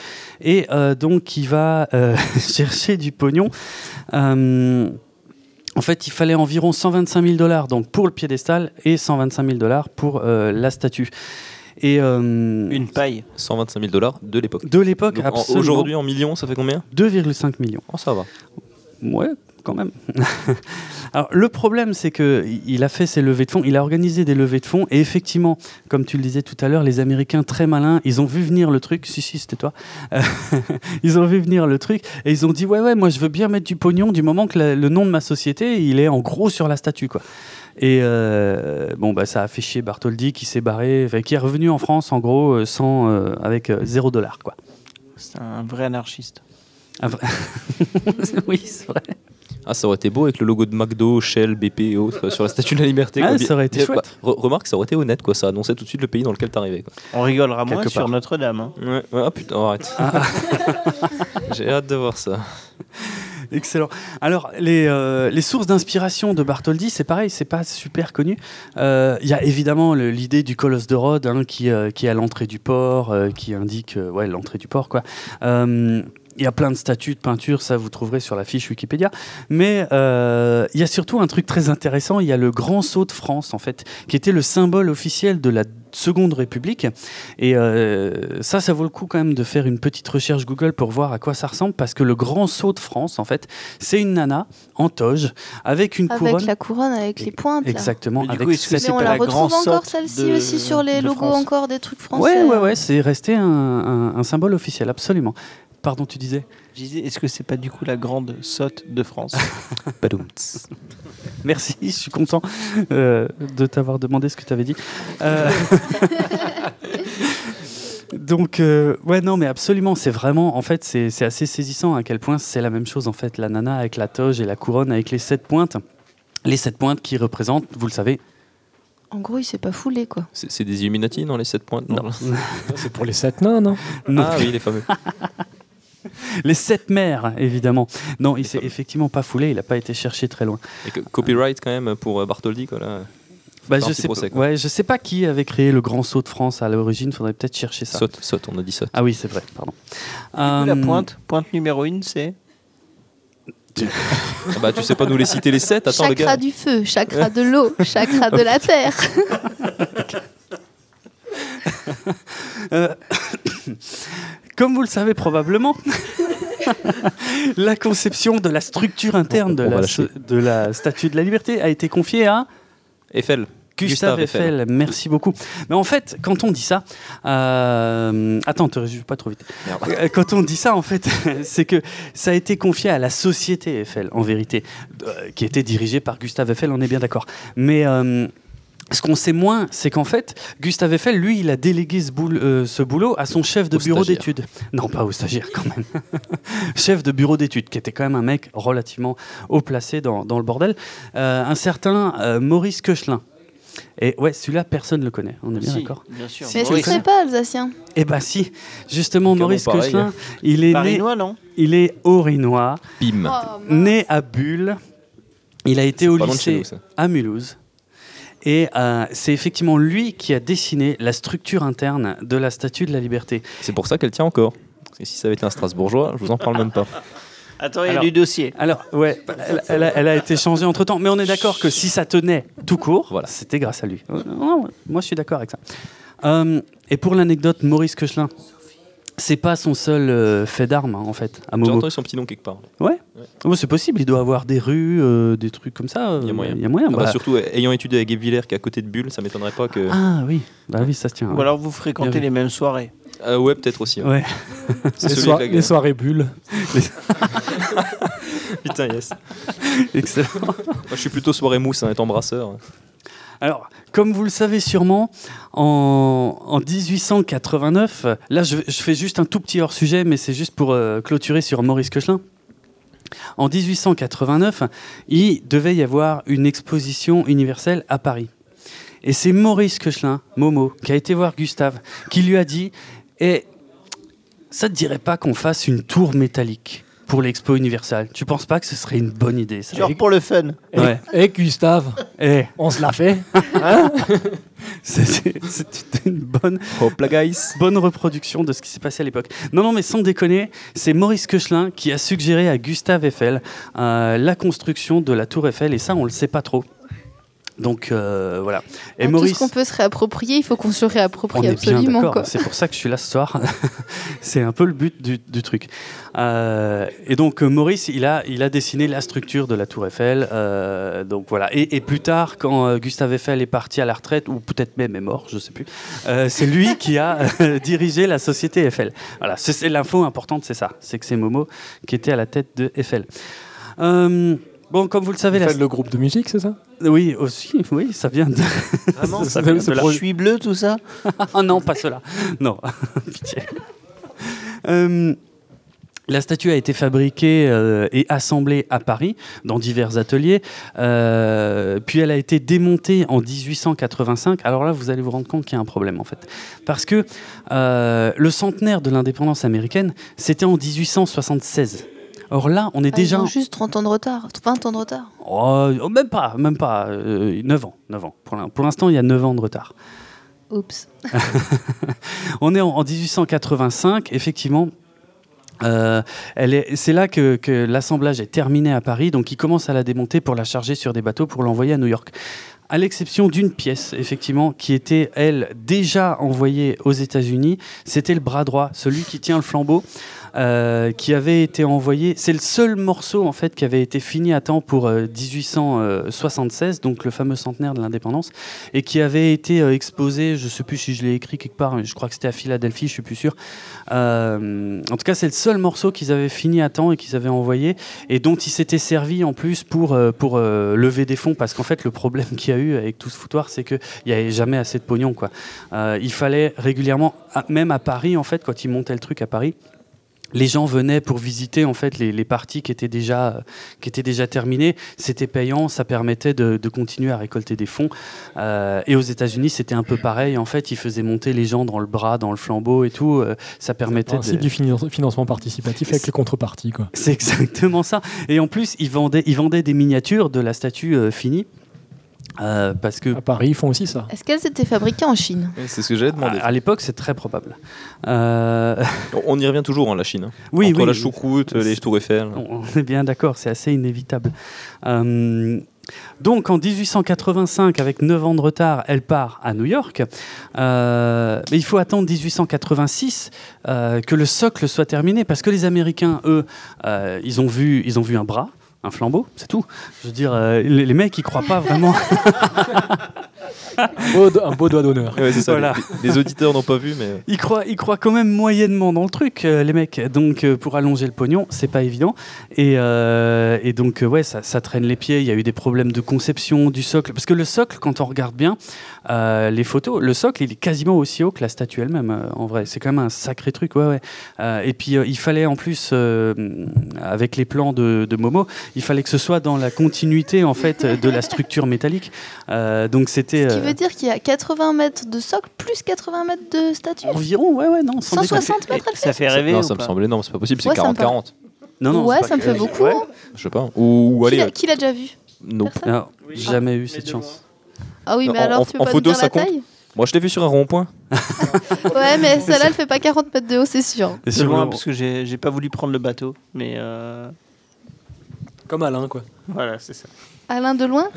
Speaker 2: Et euh, donc, il va euh, chercher du pognon. Euh, en fait, il fallait environ 125 000 dollars donc pour le piédestal et 125 000 dollars pour euh, la statue. Et euh,
Speaker 4: Une paille.
Speaker 5: 125 000 dollars de l'époque.
Speaker 2: de l'époque,
Speaker 5: Donc, en-
Speaker 2: absolument,
Speaker 5: Aujourd'hui, en millions, ça fait combien
Speaker 2: 2,5 millions.
Speaker 5: Oh, ça va.
Speaker 2: Ouais, quand même. Alors, le problème, c'est que i- il a fait ses levées de fonds, il a organisé des levées de fonds, et effectivement, comme tu le disais tout à l'heure, les Américains très malins, ils ont vu venir le truc. Si, si, c'était toi. Euh, ils ont vu venir le truc, et ils ont dit Ouais, ouais, moi, je veux bien mettre du pognon du moment que la- le nom de ma société, il est en gros sur la statue, quoi. Et euh, bon, bah, ça a fait chier Bartholdi qui s'est barré, enfin, qui est revenu en France, en gros, euh, sans, euh, avec euh, zéro dollar, quoi.
Speaker 4: C'est un vrai anarchiste.
Speaker 2: oui, c'est vrai.
Speaker 5: Ah, ça aurait été beau avec le logo de McDo, Shell, BP et autres euh, sur la statue de la liberté.
Speaker 2: Ah,
Speaker 5: quoi.
Speaker 2: ça aurait été
Speaker 5: Bah,
Speaker 2: chouette.
Speaker 5: re- remarque, ça aurait été honnête, quoi. Ça annonçait tout de suite le pays dans lequel t'arrivais. quoi.
Speaker 4: On rigolera
Speaker 5: Quelque
Speaker 4: moins
Speaker 5: part.
Speaker 4: sur Notre-Dame. hein.
Speaker 5: Ouais, ouais, ah putain, arrête. J'ai hâte de voir ça.
Speaker 2: Excellent. Alors, les, euh, les sources d'inspiration de Bartholdi, c'est pareil, c'est pas super connu. Euh, Il y a évidemment le- l'idée du colosse de Rhodes hein, qui, euh, qui est à l'entrée du port, euh, qui indique euh, ouais, l'entrée du port. Quoi. Euh, il y a plein de statues de peinture, ça vous trouverez sur la fiche Wikipédia. Mais euh, il y a surtout un truc très intéressant, il y a le Grand Sceau de France, en fait, qui était le symbole officiel de la Seconde République. Et euh, ça, ça vaut le coup quand même de faire une petite recherche Google pour voir à quoi ça ressemble, parce que le Grand Sceau de France, en fait, c'est une nana en toge, avec une
Speaker 6: Avec
Speaker 2: couronne.
Speaker 6: la couronne, avec les pointes. là.
Speaker 2: Exactement,
Speaker 4: Mais du
Speaker 2: avec
Speaker 4: coup, est-ce que
Speaker 2: cette
Speaker 6: Mais on
Speaker 4: pas
Speaker 6: la
Speaker 4: la grande
Speaker 6: retrouve encore
Speaker 4: sorte
Speaker 6: celle-ci
Speaker 4: de-
Speaker 6: aussi sur les
Speaker 4: de
Speaker 6: logos
Speaker 4: France.
Speaker 6: encore des trucs
Speaker 2: Ouais,
Speaker 6: français.
Speaker 2: ouais, ouais, c'est resté un, un- un symbole officiel, absolument. Pardon, tu disais
Speaker 4: Je disais, est-ce que c'est pas du coup la grande sotte de France
Speaker 5: Badoumts.
Speaker 2: Merci, je suis content euh, de t'avoir demandé ce que tu avais dit. Euh, Donc, euh, ouais, non, mais absolument, c'est vraiment, en fait, c'est c'est assez saisissant à quel point c'est la même chose, en fait, la nana avec la toge et la couronne avec les sept pointes. Les sept pointes qui représentent, vous le savez,
Speaker 6: En gros, il s'est pas foulé, quoi.
Speaker 5: C'est c'est des Illuminati, non, les 7 pointes Non.
Speaker 3: C'est pour les sept nains, non
Speaker 2: non,
Speaker 5: Ah oui, les fameux.
Speaker 2: les sept mères, évidemment. Non, il s'est
Speaker 5: femmes.
Speaker 2: effectivement pas foulé, il n'a pas été cherché très loin.
Speaker 5: Et que- copyright quand même pour euh, Bartholdi, quoi, là.
Speaker 2: Bah,
Speaker 5: faire un
Speaker 2: je,
Speaker 5: petit
Speaker 2: sais
Speaker 5: procès,
Speaker 2: pas,
Speaker 5: quoi.
Speaker 2: ouais, je sais pas qui avait créé le grand saut de France à l'origine, faudrait peut-être chercher ça.
Speaker 5: Saute, saute, on a dit saute.
Speaker 2: Ah oui, c'est vrai, pardon.
Speaker 4: La
Speaker 2: Euh,
Speaker 4: pointe, pointe numéro une, c'est
Speaker 5: Ah bah, tu sais pas nous les citer les 7 Attends, le gars.
Speaker 6: chakra du feu, chakra de l'eau, chakra de la terre.
Speaker 2: Euh, Comme vous le savez probablement, la conception de la structure interne de
Speaker 5: On va
Speaker 2: la,
Speaker 5: lâcher.
Speaker 2: de la Statue de la Liberté a été confiée à
Speaker 5: Eiffel.
Speaker 2: Gustave, Eiffel. Merci beaucoup. Mais en fait, quand on dit ça, euh, attends, te réjouis pas trop vite.
Speaker 5: Merde.
Speaker 2: Euh, Quand on dit ça, en fait, c'est que ça a été confié à la société Eiffel, en vérité, euh, qui était dirigée par Gustave Eiffel, on est bien d'accord. Mais euh, ce qu'on sait moins, c'est qu'en fait, Gustave Eiffel, lui, il a délégué ce, boul- euh, ce boulot à son chef de
Speaker 5: Au
Speaker 2: bureau
Speaker 5: stagiaire.
Speaker 2: d'études. Non, pas au stagiaire, quand même. chef de bureau d'études, qui était quand même un mec relativement haut placé dans, dans le bordel. Euh, un certain euh, Maurice Koechlin. Et ouais, celui-là, personne ne le connaît, on est bien
Speaker 4: Si,
Speaker 2: d'accord
Speaker 4: Bien sûr.
Speaker 6: Mais est-ce
Speaker 2: oui.
Speaker 6: qu'il serait pas alsacien
Speaker 2: Eh ben si, justement,
Speaker 5: Comment
Speaker 2: Maurice
Speaker 5: pareil.
Speaker 2: Koechlin, il est né...
Speaker 4: Parinois, non
Speaker 2: Il est orinois,
Speaker 5: Bim.
Speaker 6: Oh, mince.
Speaker 2: né à Bulle. Il a été
Speaker 5: C'est
Speaker 2: au
Speaker 5: pas loin de chez
Speaker 2: lycée
Speaker 5: nous, ça.
Speaker 2: à Mulhouse. Et euh, c'est effectivement lui qui a dessiné la structure interne de la Statue de la Liberté.
Speaker 5: C'est pour ça qu'elle tient encore. Parce que si ça avait été un Strasbourgeois, je vous en parle même pas.
Speaker 4: Attends, il y a
Speaker 2: Alors-
Speaker 4: du dossier.
Speaker 2: Alors, ouais, bah, elle, elle a, elle a été changée entre temps. Mais on est d'accord que si ça tenait tout court,
Speaker 5: Voilà.
Speaker 2: c'était grâce à lui. Euh, non, moi, je suis d'accord avec ça. Euh, et pour l'anecdote, Maurice Koechlin, c'est pas son seul euh, fait d'armes, hein, en fait, à
Speaker 5: J'ai
Speaker 2: Momo.
Speaker 5: entendu son petit nom quelque part. Ah
Speaker 2: Oh, c'est possible, il doit avoir des rues, euh, des trucs comme ça. euh,
Speaker 5: Il y a moyen.
Speaker 2: Il y a moyen.
Speaker 5: Ah bah,
Speaker 2: bah,
Speaker 5: surtout, eh, ayant étudié avec Guy Villers qui est à côté de Bulle, ça m'étonnerait pas que.
Speaker 2: Ah oui, bah oui, ça se tient.
Speaker 4: Ou alors vous fréquentez
Speaker 2: Bien vu.
Speaker 4: les mêmes soirées.
Speaker 5: Euh, ouais, peut-être aussi. ouais.
Speaker 2: Ouais.
Speaker 5: C'est
Speaker 3: les,
Speaker 5: celui
Speaker 3: soir-
Speaker 5: avec la
Speaker 3: les soirées bulles.
Speaker 5: Putain, yes.
Speaker 2: Excellent.
Speaker 5: Moi, je suis plutôt soirée mousse, hein, étant brasseur.
Speaker 2: Alors, comme vous le savez sûrement, en, en 1889, euh, là je, je fais juste un tout petit hors sujet, mais c'est juste pour euh, clôturer sur Maurice Koechlin. En 1889, il devait y avoir une exposition universelle à Paris. Et c'est Maurice Koechlin, Momo, qui a été voir Gustave, qui lui a dit Eh, ça te dirait pas qu'on fasse une tour métallique pour l'expo universelle Tu penses pas que ce serait une bonne idée ça
Speaker 4: Genre pour le fun.
Speaker 3: Et,
Speaker 2: Ouais.
Speaker 3: et Gustave,
Speaker 2: Eh,
Speaker 3: on se la fait.
Speaker 2: c'est- c'est c'est une bonne
Speaker 5: Oh, guys.
Speaker 2: Bonne reproduction de ce qui s'est passé à l'époque. Non, non, mais sans déconner, c'est Maurice Koechlin qui a suggéré à Gustave Eiffel euh, la construction de la tour Eiffel, et ça, on le sait pas trop. Donc euh, voilà. Et
Speaker 6: Bon, Tout
Speaker 2: Maurice,
Speaker 6: ce qu'on peut se réapproprier, il faut qu'on se le
Speaker 2: on
Speaker 6: réapproprie
Speaker 2: est bien
Speaker 6: absolument.
Speaker 2: d'accord.
Speaker 6: Quoi.
Speaker 2: C'est pour ça que je suis là ce soir. c'est un peu le but du, du truc. Euh, et donc euh, Maurice, il a, il a dessiné la structure de la Tour Eiffel. euh, donc voilà. Et, et plus tard, quand euh, Gustave Eiffel est parti à la retraite, ou peut-être même est mort, je sais plus, euh, c'est lui qui a euh, dirigé la société Eiffel. Voilà, c'est c'est l'info importante, c'est ça. C'est que c'est Momo qui était à la tête de Eiffel. Euh, bon, comme vous le savez, la...
Speaker 3: Faites le groupe de musique, c'est ça
Speaker 2: oui aussi, oui, ça vient de
Speaker 4: Vraiment
Speaker 3: Ça vient de
Speaker 4: Je
Speaker 3: là.
Speaker 4: suis bleu, tout ça
Speaker 2: Ah non, pas cela. Non, pitié. Euh, la statue a été fabriquée euh, et assemblée à Paris dans divers ateliers. Euh, puis elle a été démontée en 1885. Alors là, vous allez vous rendre compte qu'il y a un problème en fait. Parce que euh, le centenaire de l'indépendance américaine, c'était en 1876. Or là, on est
Speaker 6: Ah,
Speaker 2: déjà.
Speaker 6: Ils ont juste 30 ans de retard, 20 ans de retard.
Speaker 2: Oh, oh, même pas, même pas. 9 ans. 9 ans. Pour l'in- Pour l'instant, il y a 9 ans de retard.
Speaker 6: Oups.
Speaker 2: On est en, en 1885, effectivement. Euh, elle est- c'est là que, que l'assemblage est terminé à Paris, donc ils commencent à la démonter pour la charger sur des bateaux pour l'envoyer à New York. À l'exception d'une pièce, effectivement, qui était, elle, déjà envoyée aux États-Unis, c'était le bras droit, celui qui tient le flambeau, euh, qui avait été envoyé. C'est le seul morceau, en fait, qui avait été fini à temps pour euh, 1876, donc le fameux centenaire de l'indépendance, et qui avait été euh, exposé, je ne sais plus si je l'ai écrit quelque part, mais je crois que c'était à Philadelphie, je suis plus sûr, euh, en tout cas, c'est le seul morceau qu'ils avaient fini à temps et qu'ils avaient envoyé et dont ils s'étaient servis en plus pour, euh, pour euh, lever des fonds parce qu'en fait, le problème qu'il y a eu avec tout ce foutoir, c'est qu'il n'y avait jamais assez de pognon. Quoi. Euh, il fallait régulièrement, à- même à Paris, en fait, quand ils montaient le truc à Paris, les gens venaient pour visiter en fait les, les parties qui étaient déjà euh, qui étaient déjà terminées. C'était payant, ça permettait de, de continuer à récolter des fonds. Euh, et aux États-Unis, c'était un peu pareil. En fait, ils faisaient monter les gens dans le bras, dans le flambeau et tout. Euh, ça permettait.
Speaker 3: Ah, C'est
Speaker 2: de...
Speaker 3: du finance- financement participatif avec les contreparties. Quoi.
Speaker 2: C'est exactement ça. Et en plus, ils vendaient, ils vendaient des miniatures de la statue euh, finie. Euh, parce que
Speaker 5: Ah,
Speaker 3: À Paris, ils font aussi ça.
Speaker 6: Est-ce qu'elles étaient fabriquées en Chine
Speaker 5: Ouais, C'est ce que j'avais
Speaker 2: à,
Speaker 5: demandé.
Speaker 2: à l'époque, c'est très probable. Euh,
Speaker 5: On- On y revient toujours, hein, la Chine. hein.
Speaker 2: oui,
Speaker 5: Entre
Speaker 2: oui.
Speaker 5: la choucroute, euh, les
Speaker 2: C'est-
Speaker 5: tours Eiffel.
Speaker 2: On on est bien d'accord, c'est assez inévitable. Euh, donc en 1885, avec 9 ans de retard, elle part à New York. Euh, mais il faut attendre 1886 euh, que le socle soit terminé, parce que les Américains, eux, euh, ils, ont vu, ils ont vu un bras, un flambeau, c'est tout. Je veux dire, euh, les, les mecs, ils croient pas vraiment.
Speaker 3: Un beau, do- un beau doigt d'honneur.
Speaker 5: Ouais, c'est ça,
Speaker 2: Voilà.
Speaker 5: les, les auditeurs n'ont pas vu, mais
Speaker 2: Ils croient, ils croient quand même moyennement dans le truc, euh, les mecs. Donc, euh, pour allonger le pognon, c'est pas évident. Et, euh, et donc, euh, ouais, ça, ça traîne les pieds. Il y a eu des problèmes de conception du socle. Parce que le socle, quand on regarde bien euh, les photos, le socle, il est quasiment aussi haut que la statue elle-même, euh, en vrai. C'est quand même un sacré truc, ouais, ouais. Euh, et puis, euh, il fallait en plus, euh, avec les plans de, de Momo, il fallait que ce soit dans la continuité, en fait, de la structure métallique. Euh, donc, c'était.
Speaker 6: Ce qui
Speaker 2: euh,
Speaker 6: veut dire qu'il y a 80 mètres de socle plus 80 mètres de statue.
Speaker 2: Environ, ouais, ouais, non. sans déconner.
Speaker 6: 160 mètres, elle fait
Speaker 4: Ça fait rêver.
Speaker 5: non,
Speaker 4: ou
Speaker 5: ça me
Speaker 4: pas
Speaker 5: semble énorme, c'est pas possible, c'est
Speaker 6: Ouais, ça me
Speaker 5: 40-40.
Speaker 2: Non, non,
Speaker 6: Ouais,
Speaker 2: c'est pas-
Speaker 6: ça me fait
Speaker 2: euh,
Speaker 6: beaucoup.
Speaker 2: ouais.
Speaker 6: hein.
Speaker 5: Je sais pas. Ou, ou
Speaker 6: Qui
Speaker 5: allez, euh,
Speaker 6: l'a- Qui l'a déjà vu
Speaker 5: non.
Speaker 6: Personne
Speaker 2: Alors,
Speaker 4: Oui.
Speaker 2: Ah, jamais eu
Speaker 4: mais
Speaker 2: cette
Speaker 4: de
Speaker 2: chance.
Speaker 6: Ah oui, mais
Speaker 5: En- en-
Speaker 6: alors tu
Speaker 5: en
Speaker 6: peux pas nous
Speaker 5: photo,
Speaker 6: dire
Speaker 5: ça
Speaker 6: la
Speaker 5: compte
Speaker 6: taille
Speaker 5: Moi, je l'ai vu sur un rond-point.
Speaker 6: Ouais, mais celle-là, elle fait pas 40 mètres de haut, c'est sûr.
Speaker 2: Et
Speaker 4: C'est
Speaker 2: sur
Speaker 4: loin
Speaker 2: le-
Speaker 4: parce que j'ai j'ai pas voulu prendre le bateau, mais euh,
Speaker 3: Comme Alain, quoi.
Speaker 4: voilà, c'est ça.
Speaker 6: Alain de loin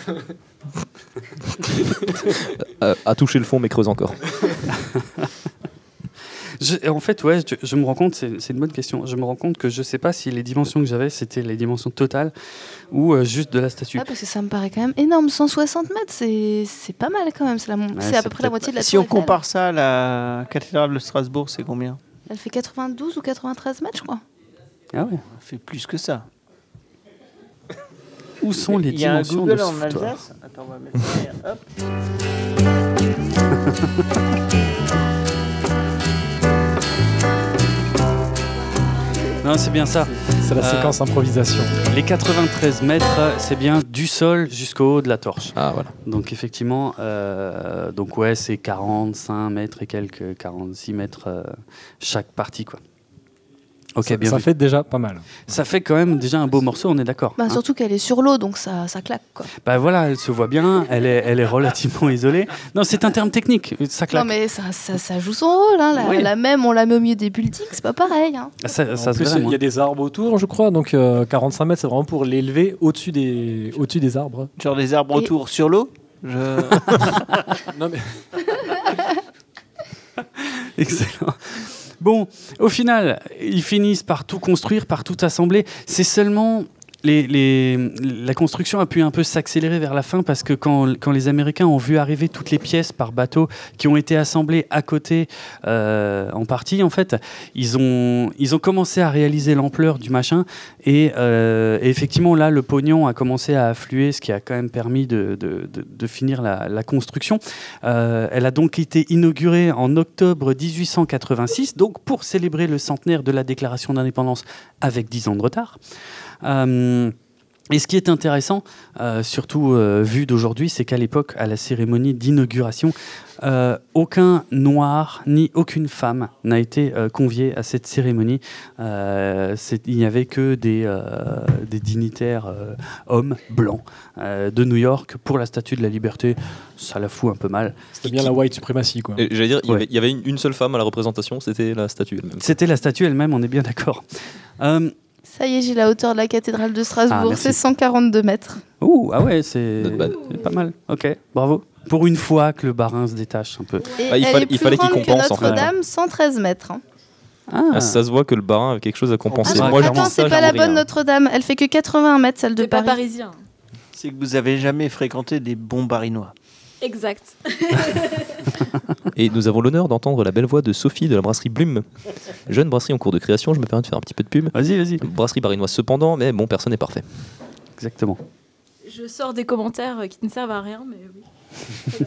Speaker 5: Euh, à toucher le fond, mais creuse encore.
Speaker 2: Je- en fait, ouais, je, je me rends compte, c'est c'est une bonne question. Je me rends compte que je sais pas si les dimensions que j'avais, c'était les dimensions totales ou euh, juste de la statue.
Speaker 6: Ouais, Ah, parce que ça me paraît quand même énorme. 160 mètres, c'est c'est pas mal quand même. C'est la mon-
Speaker 2: Ouais,
Speaker 6: c'est à
Speaker 2: c'est
Speaker 6: peu près la
Speaker 2: peut-être
Speaker 6: moitié de la
Speaker 4: Si
Speaker 6: tour
Speaker 4: on
Speaker 6: Eiffel.
Speaker 4: compare ça à la cathédrale de Strasbourg, c'est combien
Speaker 6: Elle fait 92 ou 93 mètres, je crois.
Speaker 2: Ah ouais.
Speaker 4: Ça fait plus que ça.
Speaker 2: Où sont les
Speaker 4: Il y a un
Speaker 2: dimensions de
Speaker 4: Google
Speaker 2: ce
Speaker 4: en
Speaker 2: foutoir
Speaker 4: Alsace. Attends, on va mettre ça derrière. Hop.
Speaker 2: Non, c'est bien ça.
Speaker 3: C'est la
Speaker 2: Euh,
Speaker 3: séquence improvisation.
Speaker 2: Les 93 mètres, c'est bien du sol jusqu'au haut de la torche.
Speaker 5: Ah, voilà.
Speaker 2: Donc effectivement, euh, donc ouais, c'est 45 mètres et quelques, 46 mètres euh, chaque partie, quoi. Ok,
Speaker 3: ça,
Speaker 2: bien
Speaker 3: ça
Speaker 2: vu.
Speaker 3: fait déjà pas mal.
Speaker 2: Ça fait quand même déjà un beau morceau, on est d'accord.
Speaker 6: Bah,
Speaker 2: hein.
Speaker 6: surtout qu'elle est sur l'eau, donc ça, ça claque. Quoi.
Speaker 2: Bah voilà, elle se voit bien, elle est, elle est relativement isolée. Non, c'est un terme technique, ça
Speaker 6: Non,
Speaker 2: claque.
Speaker 6: mais ça, ça, ça joue son rôle. Hein. La,
Speaker 2: Oui.
Speaker 6: la même, on la met au milieu des buildings, c'est pas pareil. Hein.
Speaker 2: Ça, ça
Speaker 3: en
Speaker 2: se
Speaker 3: plus,
Speaker 2: verra,
Speaker 3: il
Speaker 2: moi.
Speaker 3: y a des arbres autour, je crois. Donc euh, 45 mètres, c'est vraiment pour l'élever au-dessus des, au des arbres.
Speaker 4: Genre les arbres
Speaker 6: Et-
Speaker 4: autour sur l'eau Je-
Speaker 3: Non, mais
Speaker 2: Excellent. Bon, au final, ils finissent par tout construire, par tout assembler. C'est seulement... Les, les- la construction a pu un peu s'accélérer vers la fin parce que quand, quand les Américains ont vu arriver toutes les pièces par bateau qui ont été assemblées à côté, euh, en partie en fait, ils ont, ils ont commencé à réaliser l'ampleur du machin et, euh, et effectivement là le pognon a commencé à affluer, ce qui a quand même permis de, de- de- de finir la, la construction. Euh, elle a donc été inaugurée en octobre 1886, donc pour célébrer le centenaire de la déclaration d'indépendance avec 10 ans de retard. Euh, Et ce qui est intéressant, euh, surtout euh, vu d'aujourd'hui, c'est qu'à l'époque, à la cérémonie d'inauguration, euh, aucun noir ni aucune femme n'a été euh, convié à cette cérémonie. Euh, c'est- il n'y avait que des, euh, des dignitaires euh, hommes blancs euh, de New York pour la Statue de la Liberté. Ça la fout un peu mal.
Speaker 3: C'était bien la white suprématie, quoi.
Speaker 8: Et J'allais dire, il y
Speaker 2: Ouais.
Speaker 8: avait- il y avait une, une seule femme à la représentation, c'était la statue elle-même.
Speaker 2: C'était la statue elle-même, on est bien d'accord. Euh,
Speaker 6: Ça y est, j'ai la hauteur de la cathédrale de
Speaker 2: Ah,
Speaker 6: Strasbourg,
Speaker 2: merci.
Speaker 6: c'est 142 mètres.
Speaker 2: ouh, ah ouais, c'est
Speaker 5: bah,
Speaker 8: Not bad.
Speaker 2: c'est pas mal. Ok, bravo. Pour une fois que le barin se détache un peu.
Speaker 6: Et
Speaker 8: Ah, il
Speaker 6: elle
Speaker 8: fallait-
Speaker 6: est
Speaker 8: il
Speaker 6: plus
Speaker 8: fallait qu'il
Speaker 6: grande que
Speaker 8: compense, en fait.
Speaker 6: Notre-Dame, 113 mètres. hein.
Speaker 8: Ah, ça se voit que le barin avait quelque chose à
Speaker 6: Ah
Speaker 8: compenser.
Speaker 2: C'est
Speaker 6: non,
Speaker 2: moi,
Speaker 6: attends,
Speaker 2: j'avoue,
Speaker 6: c'est
Speaker 2: ça,
Speaker 6: pas la
Speaker 2: j'avoue
Speaker 6: bonne
Speaker 2: rien.
Speaker 6: Notre-Dame, elle fait que 80 mètres, celle de
Speaker 7: C'est pas
Speaker 6: Paris.
Speaker 7: parisien.
Speaker 4: C'est que vous avez jamais fréquenté des bons barinois.
Speaker 7: Exact.
Speaker 8: Et nous avons l'honneur d'entendre la belle voix de Sophie de la brasserie Blume. Jeune brasserie en cours de création, je me permets de faire un petit peu de pub.
Speaker 2: Vas-y, vas-y.
Speaker 8: Brasserie barinoise cependant, mais bon, personne n'est parfait.
Speaker 2: Exactement.
Speaker 7: Je sors des commentaires euh, qui ne servent à rien, mais oui.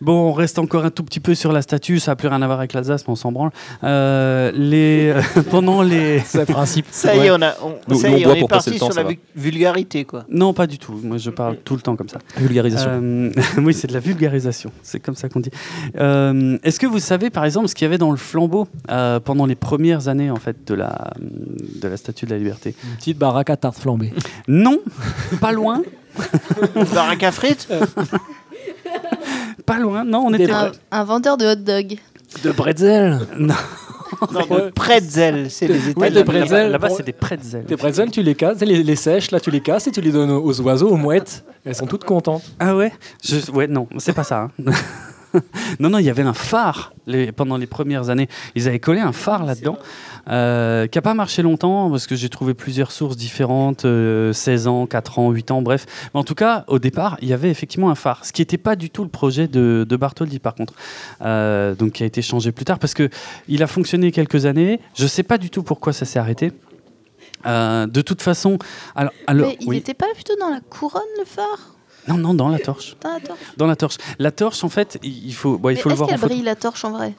Speaker 2: Bon, on reste encore un tout petit peu sur la statue, ça n'a plus rien à voir avec l'Alsace, mais on s'en branle. Euh, les... Pendant les...
Speaker 3: C'est le principe.
Speaker 4: Ça y est, on, a, on,
Speaker 8: Nous-
Speaker 4: ça
Speaker 8: nous, on
Speaker 4: y est, on
Speaker 8: boit
Speaker 4: est
Speaker 8: pour passer
Speaker 4: parti
Speaker 8: le temps,
Speaker 4: sur
Speaker 8: ça
Speaker 4: la
Speaker 8: va.
Speaker 4: vu- vulgarité, quoi.
Speaker 2: Non, pas du tout. Moi, je parle tout le temps comme ça.
Speaker 8: Vulgarisation.
Speaker 2: Euh, oui, c'est de la vulgarisation. C'est comme ça qu'on dit. Euh, Est-ce que vous savez, par exemple, ce qu'il y avait dans le flambeau euh, pendant les premières années, en fait, de la, de la Statue de la Liberté
Speaker 3: Une petite baraque à tarte flambée.
Speaker 2: Non, pas loin,
Speaker 4: Une baraque à frites
Speaker 2: pas loin. Non, on
Speaker 3: Des
Speaker 2: était...
Speaker 6: Un, un vendeur de hot dog.
Speaker 3: De bretzel
Speaker 4: Non, de pretzel, c'est les
Speaker 3: Ouais,
Speaker 4: étals.
Speaker 3: des bretzels.
Speaker 2: Là-bas,
Speaker 3: Bon,
Speaker 2: c'est des pretzels.
Speaker 3: Tes bretzels, tu les casses, les, les sèches, là tu les casses et tu les donnes aux aux oiseaux, aux mouettes. Elles sont toutes contentes.
Speaker 2: Ah ouais Je- Ouais, non, c'est pas ça. hein. non, non, il y avait un phare les- pendant les premières années. Ils avaient collé un phare là-dedans euh, qui n'a pas marché longtemps parce que j'ai trouvé plusieurs sources différentes euh, 16 ans, 4 ans, 8 ans, bref. Mais en tout cas, au départ, il y avait effectivement un phare, ce qui n'était pas du tout le projet de, de Bartholdi par contre, Euh, donc qui a été changé plus tard parce qu'il a fonctionné quelques années. Je ne sais pas du tout pourquoi ça s'est arrêté. Euh, de toute façon, alors, alors
Speaker 6: Mais il
Speaker 2: oui.
Speaker 6: n'était pas plutôt dans la couronne, le phare
Speaker 2: non, non, dans la torche.
Speaker 6: Putain, attends.
Speaker 2: Dans la torche. La torche, en fait, il il faut, bon, il
Speaker 6: Mais
Speaker 2: faut le
Speaker 6: est-ce
Speaker 2: voir en
Speaker 6: qu'elle
Speaker 2: photo. Ah,
Speaker 6: brille la torche en vrai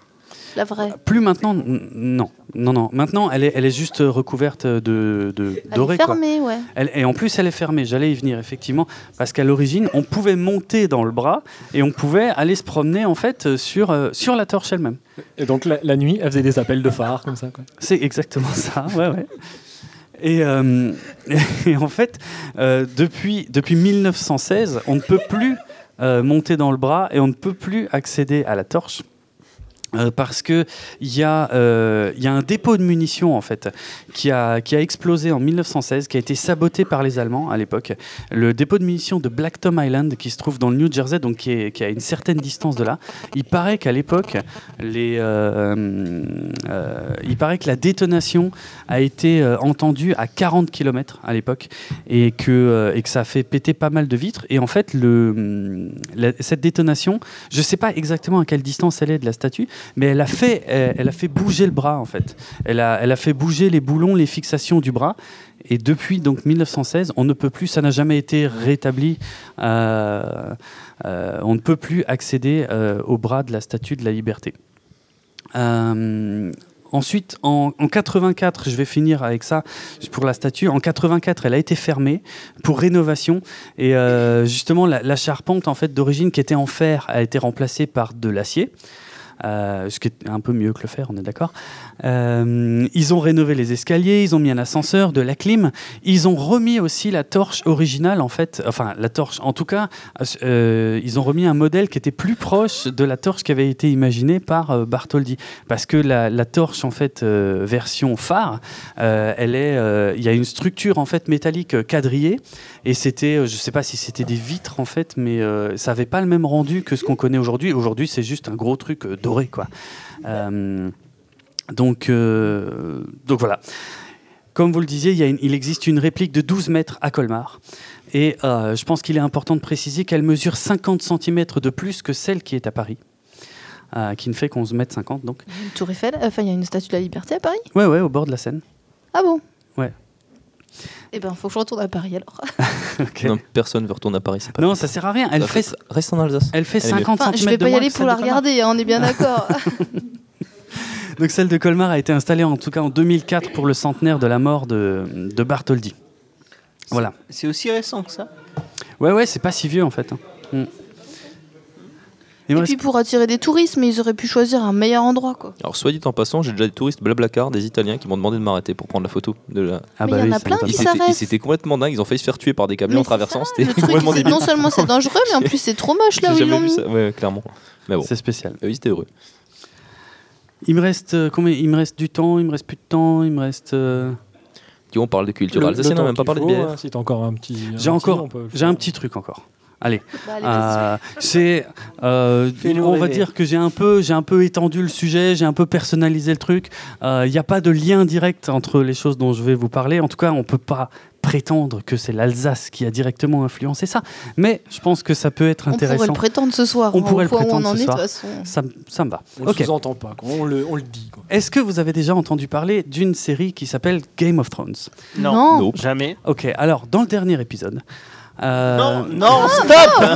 Speaker 6: La vraie.
Speaker 2: Plus maintenant, n- non, non, non. Maintenant, elle est, elle est juste recouverte de, de
Speaker 6: Elle
Speaker 2: doré,
Speaker 6: est
Speaker 2: quoi.
Speaker 6: fermée, ouais.
Speaker 2: Elle- et en plus, elle est fermée. J'allais y venir effectivement, parce qu'à l'origine, on pouvait monter dans le bras et on pouvait aller se promener en fait euh, sur euh, sur la torche elle-même.
Speaker 3: Et donc la, la nuit, elles faisaient des appels de phare comme ça. quoi.
Speaker 2: C'est exactement ça, ouais, ouais. Et, euh, et en fait, euh, depuis, depuis 1916, on ne peut plus euh, monter dans le bras et on ne peut plus accéder à la torche. euh, parce que il y, a, euh, il y a un dépôt de munitions en fait qui a, qui a explosé en 1916, qui a été saboté par les Allemands à l'époque. Le dépôt de munitions de Black Tom Island qui se trouve dans le New Jersey, donc qui est, qui est à une certaine distance de là. Il paraît qu'à l'époque, les, euh, euh, il paraît que la détonation a été euh, entendue à 40 km à l'époque et que, euh, et que ça a fait péter pas mal de vitres. Et en fait, le, hum, la- cette détonation, je ne sais pas exactement à quelle distance elle est de la statue, mais elle a fait, euh, elle, elle a fait bouger le bras en fait. Elle a, elle a fait bouger les boulons, les fixations du bras. Et depuis donc 1916, on ne peut plus, ça n'a jamais été rétabli. euh, euh, on ne peut plus accéder euh, au bras de la statue de la liberté. Euh, ensuite, en, en 84, je vais finir avec ça pour la statue. En 84, elle a été fermée pour rénovation et euh, justement la, la charpente en fait d'origine qui était en fer a été remplacée par de l'acier. euh, ce qui est un peu mieux que le fer, on est d'accord. Euh, ils ont rénové les escaliers, ils ont mis un ascenseur, de la clim, ils ont remis aussi la torche originale en fait, enfin la torche. En tout cas, euh, ils ont remis un modèle qui était plus proche de la torche qui avait été imaginée par euh, Bartholdi, parce que la, la torche en fait euh, version phare, euh, elle est, euh, il y a une structure en fait métallique euh, quadrillée, et c'était, euh, je sais pas si c'était des vitres en fait, mais euh, ça avait pas le même rendu que ce qu'on connaît aujourd'hui. Aujourd'hui, c'est juste un gros truc euh, doré quoi. Euh, donc, euh, donc voilà. Comme vous le disiez, il, y a une- il existe une réplique de 12 mètres à Colmar. Et euh, je pense qu'il est important de préciser qu'elle mesure 50 cm de plus que celle qui est à Paris, euh, qui ne fait 11 mètres 50 donc.
Speaker 6: Il y a Une tour Eiffel, enfin, il y a une statue de la liberté à Paris
Speaker 2: Ouais, ouais, au bord de la Seine.
Speaker 6: Ah bon
Speaker 2: Ouais.
Speaker 6: Eh ben, faut que je retourne à Paris alors.
Speaker 2: Ok.
Speaker 8: Non, personne ne veut retourner à Paris, c'est pas
Speaker 2: Non, ça sert à rien. Elle fait,
Speaker 8: Reste- Reste en Alsace.
Speaker 2: elle fait
Speaker 8: Elle est mieux.
Speaker 2: 50
Speaker 6: Enfin, je
Speaker 2: cm
Speaker 6: vais
Speaker 2: de
Speaker 6: pas y
Speaker 2: moins
Speaker 6: aller
Speaker 2: que
Speaker 6: pour
Speaker 2: celle
Speaker 6: la
Speaker 2: de Colmar.
Speaker 6: regarder, hein, on est bien d'accord.
Speaker 2: Donc celle de Colmar a été installée en tout cas en 2004 pour le centenaire de la mort de, de Bartholdi. Voilà.
Speaker 4: C'est aussi récent que ça.
Speaker 2: Ouais, ouais, c'est pas si vieux en fait. hein. Mm. Il me
Speaker 6: Et
Speaker 2: reste-
Speaker 6: puis pour attirer des touristes, mais ils auraient pu choisir un meilleur endroit, quoi.
Speaker 8: Alors, soit dit en passant, j'ai déjà des touristes blablacar, des Italiens qui m'ont demandé de m'arrêter pour prendre la photo. De la...
Speaker 2: Ah
Speaker 6: Mais
Speaker 2: bah
Speaker 6: il y en
Speaker 2: oui,
Speaker 6: a
Speaker 2: ça
Speaker 6: plein
Speaker 2: m'étonne
Speaker 6: qui
Speaker 8: Ils
Speaker 2: pas.
Speaker 6: Ça
Speaker 8: étaient,
Speaker 6: reste.
Speaker 8: ils étaient complètement dingues, ils ont failli se faire tuer par des camions
Speaker 6: Mais
Speaker 8: en
Speaker 6: c'est
Speaker 8: traversant.
Speaker 6: ça,
Speaker 8: C'était
Speaker 6: le truc,
Speaker 8: complètement
Speaker 6: c'est-
Speaker 8: débile.
Speaker 6: non seulement c'est dangereux, mais en plus c'est trop moche là où
Speaker 8: J'ai
Speaker 6: ils
Speaker 8: jamais
Speaker 6: l'ont
Speaker 8: vu
Speaker 6: mis.
Speaker 8: ça, ouais, clairement. Mais bon,
Speaker 2: C'est spécial.
Speaker 8: eux, ils étaient heureux.
Speaker 2: Il me reste euh, combien Il me reste du temps, il me reste plus de temps, il me reste. euh,
Speaker 8: Tu vois, on parle de culture alsacienne, on n'a même pas parlé de bière.
Speaker 3: Si t'as encore un petit.
Speaker 2: J'ai encore, j'ai un petit truc encore. Allez,
Speaker 6: Bah, allez, vas-y.
Speaker 2: euh, c'est, euh,
Speaker 4: Fais-nous
Speaker 2: on va
Speaker 4: rêver.
Speaker 2: dire que j'ai un peu, j'ai un peu étendu le sujet, j'ai un peu personnalisé le truc. Euh, Il n'y a pas de lien direct entre les choses dont je vais vous parler. En tout cas, on peut pas prétendre que c'est l'Alsace qui a directement influencé ça. Mais je pense que ça peut être
Speaker 6: on pourrait le
Speaker 2: intéressant.
Speaker 6: prétendre ce soir.
Speaker 2: On
Speaker 6: hein, au
Speaker 2: pourrait le
Speaker 6: point où on
Speaker 2: prétendre
Speaker 6: en
Speaker 2: ce
Speaker 6: est, de
Speaker 2: soir.
Speaker 6: toute façon.
Speaker 2: Ça, me- ça me va.
Speaker 3: On
Speaker 2: Ok.
Speaker 3: le sous-entend pas, quoi. On, le, on le dit. Quoi.
Speaker 2: Est-ce que vous avez déjà entendu parler d'une série qui s'appelle Game of Thrones
Speaker 4: Non.
Speaker 6: Non.
Speaker 8: Nope.
Speaker 4: Jamais.
Speaker 2: Ok, alors dans le dernier épisode. euh,
Speaker 4: Non, non, stop Ah,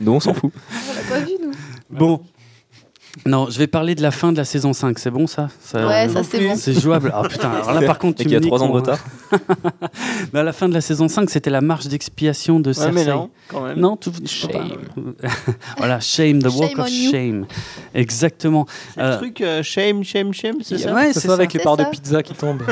Speaker 8: Nous, on s'en fout.
Speaker 6: On l'a pas vu, nous.
Speaker 2: Bon. Non, je vais parler de la fin de la saison 5, c'est bon ça, Ça,
Speaker 6: Ouais,
Speaker 2: euh,
Speaker 6: ça c'est bon.
Speaker 2: C'est jouable. Ah putain, alors là par contre,
Speaker 8: Et
Speaker 2: tu
Speaker 8: qui a
Speaker 2: me dis
Speaker 8: 3 ans de
Speaker 2: qu'on-
Speaker 8: retard.
Speaker 2: Mais à la fin de la saison 5, c'était la marche d'expiation de
Speaker 4: Ouais,
Speaker 2: Cersei.
Speaker 4: mais non, quand même.
Speaker 2: Non, tout shame. voilà, shame, the walk
Speaker 6: Shame
Speaker 2: of
Speaker 6: on you.
Speaker 2: shame. Exactement.
Speaker 4: C'est
Speaker 2: Euh,
Speaker 4: le truc euh, shame, shame, shame, c'est ça
Speaker 2: ouais,
Speaker 3: C'est
Speaker 2: c'est
Speaker 3: ça,
Speaker 2: ça.
Speaker 3: avec les
Speaker 6: C'est
Speaker 3: parts de
Speaker 6: ça.
Speaker 3: pizza qui tombent.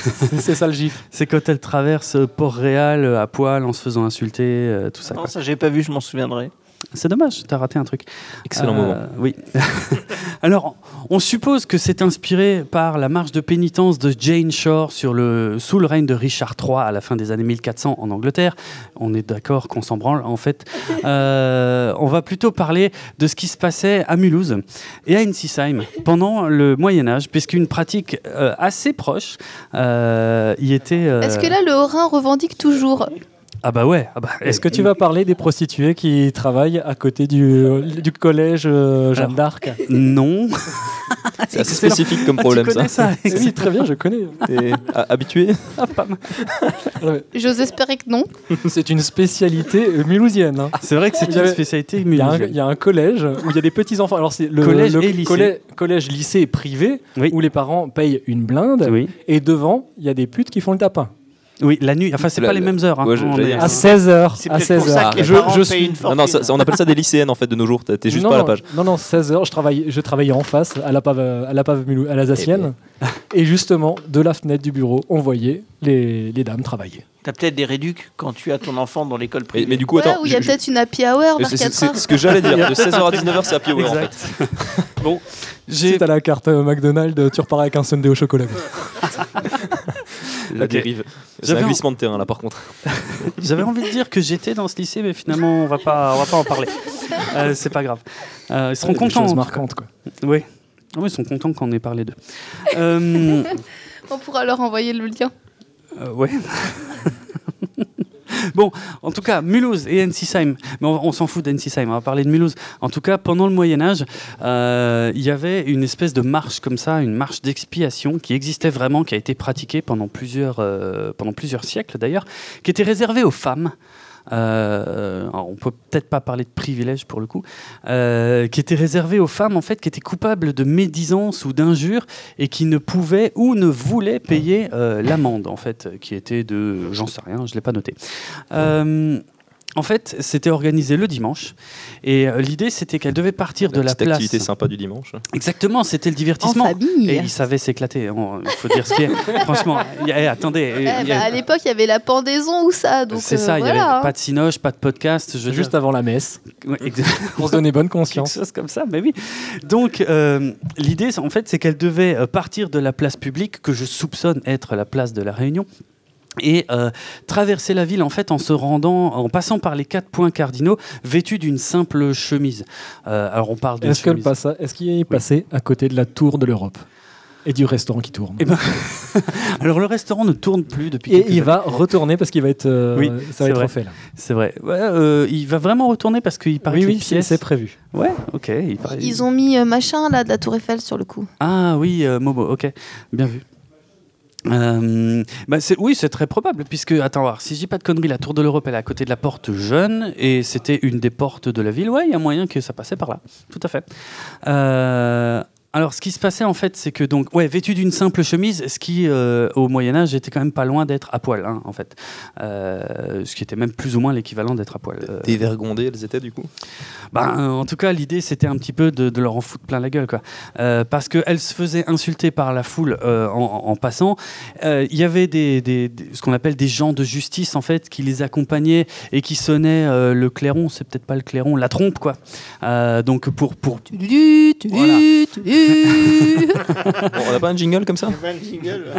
Speaker 3: c'est c'est ça le gif.
Speaker 2: C'est quand elle traverse euh, Port-Réal euh, à poil en se faisant insulter, euh, tout ça.
Speaker 4: Non,
Speaker 2: quoi.
Speaker 4: ça j'ai pas vu, je m'en souviendrai.
Speaker 2: C'est dommage, t'as raté un truc.
Speaker 8: Excellent
Speaker 6: Ah,
Speaker 2: Euh,
Speaker 8: moment.
Speaker 2: Oui. Alors, on suppose que c'est inspiré par la marche de pénitence de Jane Shore sur le, sous le règne de Richard III à la fin des années 1400 en Angleterre. On est d'accord qu'on s'en branle, en fait. Euh, on va plutôt parler de ce qui se passait à Mulhouse et à Ensisheim pendant le Moyen-Âge, puisqu'une pratique euh, assez proche euh, y était. euh,
Speaker 6: Est-ce que là, le Haut-Rhin revendique toujours
Speaker 2: Ah bah ouais. ah bah,
Speaker 3: Est-ce que tu vas parler des prostituées qui travaillent à côté du, du collège euh, Jeanne d'Arc
Speaker 2: Non.
Speaker 8: C'est assez
Speaker 2: Excellent.
Speaker 8: spécifique comme
Speaker 2: Ah,
Speaker 8: problème,
Speaker 2: tu connais
Speaker 8: ça.
Speaker 2: ça,
Speaker 3: Oui, très bien, je connais.
Speaker 8: T'es a- habitué
Speaker 6: J'ose espérer que non.
Speaker 3: C'est une spécialité euh, mulhousienne. hein.
Speaker 2: C'est vrai que c'est
Speaker 3: Il y
Speaker 2: une
Speaker 3: avait-
Speaker 2: spécialité
Speaker 3: Il y, a un,
Speaker 2: mulhousienne.
Speaker 3: il y a un collège où il y a des petits enfants. Alors c'est le
Speaker 2: Collège
Speaker 3: le
Speaker 2: et lycée.
Speaker 3: collè- collège, lycée privé
Speaker 2: Oui.
Speaker 3: où les parents payent une blinde
Speaker 2: Oui.
Speaker 3: et devant il y a des putes qui font le tapin
Speaker 2: Oui, la nuit. Enfin, c'est
Speaker 8: La-
Speaker 2: pas les mêmes heures. hein.
Speaker 8: Ouais, je-
Speaker 2: On
Speaker 8: j'allais
Speaker 2: est-
Speaker 8: dire.
Speaker 3: à
Speaker 8: Ah,
Speaker 3: 16 h
Speaker 4: C'est
Speaker 3: à
Speaker 4: peut-être pour
Speaker 3: 16
Speaker 4: ça
Speaker 3: h
Speaker 4: que les
Speaker 8: Je-
Speaker 4: parents
Speaker 8: je
Speaker 4: payent
Speaker 8: suis-
Speaker 4: une
Speaker 8: Non,
Speaker 4: fortune.
Speaker 8: non, ça- ça- on appelle ça des lycéennes en fait de nos jours. T'es juste
Speaker 3: non,
Speaker 8: pas à la
Speaker 3: non,
Speaker 8: page.
Speaker 3: Non, non, 16 h je, travaille, je travaillais en face, à la pave, à la pave Mulhou- à l'Alsacienne. Et justement, de la fenêtre du bureau, on voyait les, les dames travailler.
Speaker 4: T'as peut-être des réducs quand tu as ton enfant dans l'école
Speaker 8: Mais,
Speaker 4: privée.
Speaker 8: mais du coup,
Speaker 6: Ouais,
Speaker 8: attends.
Speaker 6: où il y a
Speaker 8: je-
Speaker 6: peut-être une happy hour
Speaker 8: je-
Speaker 6: vers
Speaker 8: c'est- c'est
Speaker 6: 4 heures.
Speaker 8: c'est ce que j'allais dire. De 16h à 19h, c'est happy hour en fait.
Speaker 2: Bon,
Speaker 3: Si
Speaker 2: j'ai
Speaker 3: t'as la carte euh, McDonald's, tu repars avec un Sunday au chocolat.
Speaker 8: La
Speaker 2: Ok.
Speaker 8: dérive. C'est
Speaker 2: J'avais
Speaker 8: un
Speaker 2: en-
Speaker 8: glissement de terrain là par contre.
Speaker 2: J'avais envie de dire que j'étais dans ce lycée, mais finalement, on va pas, on va pas en parler. Euh, c'est pas grave. Euh, ils seront
Speaker 3: Des
Speaker 2: contents.
Speaker 3: choses marquantes, quoi.
Speaker 2: Oui. Ah oui, ils sont contents qu'on ait parlé d'eux. Euh,
Speaker 6: On pourra leur envoyer le lien.
Speaker 2: euh, ouais. bon, en tout cas, Mulhouse et Ensisheim. Mais on, on s'en fout d'Ensisheim, on va parler de Mulhouse. En tout cas, pendant le Moyen-Âge, euh, il y avait une espèce de marche comme ça, une marche d'expiation qui existait vraiment, qui a été pratiquée pendant plusieurs, euh, pendant plusieurs siècles d'ailleurs, qui était réservée aux femmes. Euh, alors, on peut peut-être pas parler de privilèges pour le coup, euh, qui était réservée aux femmes en fait, qui étaient coupables de médisance ou d'injures et qui ne pouvaient ou ne voulaient payer euh, l'amende en fait, euh, qui était de, j'en sais rien, je l'ai pas noté. Euh, en fait, c'était organisé le dimanche et euh, l'idée c'était qu'elles devaient partir de la
Speaker 8: petite
Speaker 2: place.
Speaker 8: activité sympa du dimanche.
Speaker 2: Exactement, c'était le
Speaker 6: En
Speaker 2: divertissement.
Speaker 6: famille.
Speaker 2: Et ils savaient s'éclater. on- Il faut dire ce qui est. Franchement, il y a- eh, attendez. il y a-
Speaker 6: Eh, bah, à l'époque, il y avait la pendaison ou ça. donc,
Speaker 2: c'est
Speaker 6: euh,
Speaker 2: ça, il n'y
Speaker 6: voilà,
Speaker 2: avait
Speaker 6: hein.
Speaker 2: pas de sinoche, pas de podcast. Je veux
Speaker 3: Juste avant la messe,
Speaker 2: dire- Ouais, ex-
Speaker 3: on se donnait bonne
Speaker 2: quelque
Speaker 3: conscience.
Speaker 2: chose comme ça, mais oui. Donc, euh, l'idée, c'est- en fait, c'est qu'elle devait euh, partir de la place publique, que je soupçonne être la place de la Réunion, et euh, traverser la ville, en fait, en se rendant, en passant par les quatre points cardinaux, vêtue d'une simple chemise. Euh, alors, on parle de
Speaker 3: Est-ce
Speaker 2: chemise.
Speaker 3: qu'elle passa- est-ce qu'il est passé à côté de la tour de l'Europe et du restaurant qui tourne
Speaker 2: Et Alors, le restaurant ne tourne plus depuis
Speaker 3: Et
Speaker 2: quelques
Speaker 3: il va retourner parce qu'il va être, euh,
Speaker 2: Oui,
Speaker 3: ça va
Speaker 2: c'est
Speaker 3: être
Speaker 2: vrai.
Speaker 3: refait là.
Speaker 2: C'est vrai. Ouais, euh, il va vraiment retourner parce qu'il paraît
Speaker 3: oui,
Speaker 2: que les
Speaker 3: oui, c'est-
Speaker 2: pièces-
Speaker 3: c'est prévu.
Speaker 2: Ouais, ok. il paraît-
Speaker 6: Ils ont mis euh, machin là de la Tour Eiffel sur le coup.
Speaker 2: Ah oui, euh, Momo, ok. Bien vu. Euh, bah, c'est- oui, c'est très probable, puisque, attends, voir, si je dis pas de conneries, la Tour de l'Europe, elle est à côté de la porte Jeune, et c'était une des portes de la ville. Ouais, il y a moyen que ça passait par là. Tout à fait. Euh, Alors, ce qui se passait en fait, c'est que donc, ouais, vêtu d'une simple chemise, ce qui euh, au Moyen Âge était quand même pas loin d'être à poil, hein, en fait, Euh, ce qui était même plus ou moins l'équivalent d'être à poil. Euh,
Speaker 8: Dévergondées, elles étaient du coup.
Speaker 2: ben, euh, en tout cas, l'idée, c'était un petit peu de, de leur en foutre plein la gueule, quoi. Euh, parce qu'elles se faisaient insulter par la foule euh, en, en passant. Euh, Il y avait des, des- des- ce qu'on appelle des gens de justice, en fait, qui les accompagnaient et qui sonnaient euh, le clairon, c'est peut-être pas le clairon, la trompe, quoi. Euh, donc, pour, pour... Voilà.
Speaker 8: Bon, on n'a pas un jingle comme ça
Speaker 2: Euh,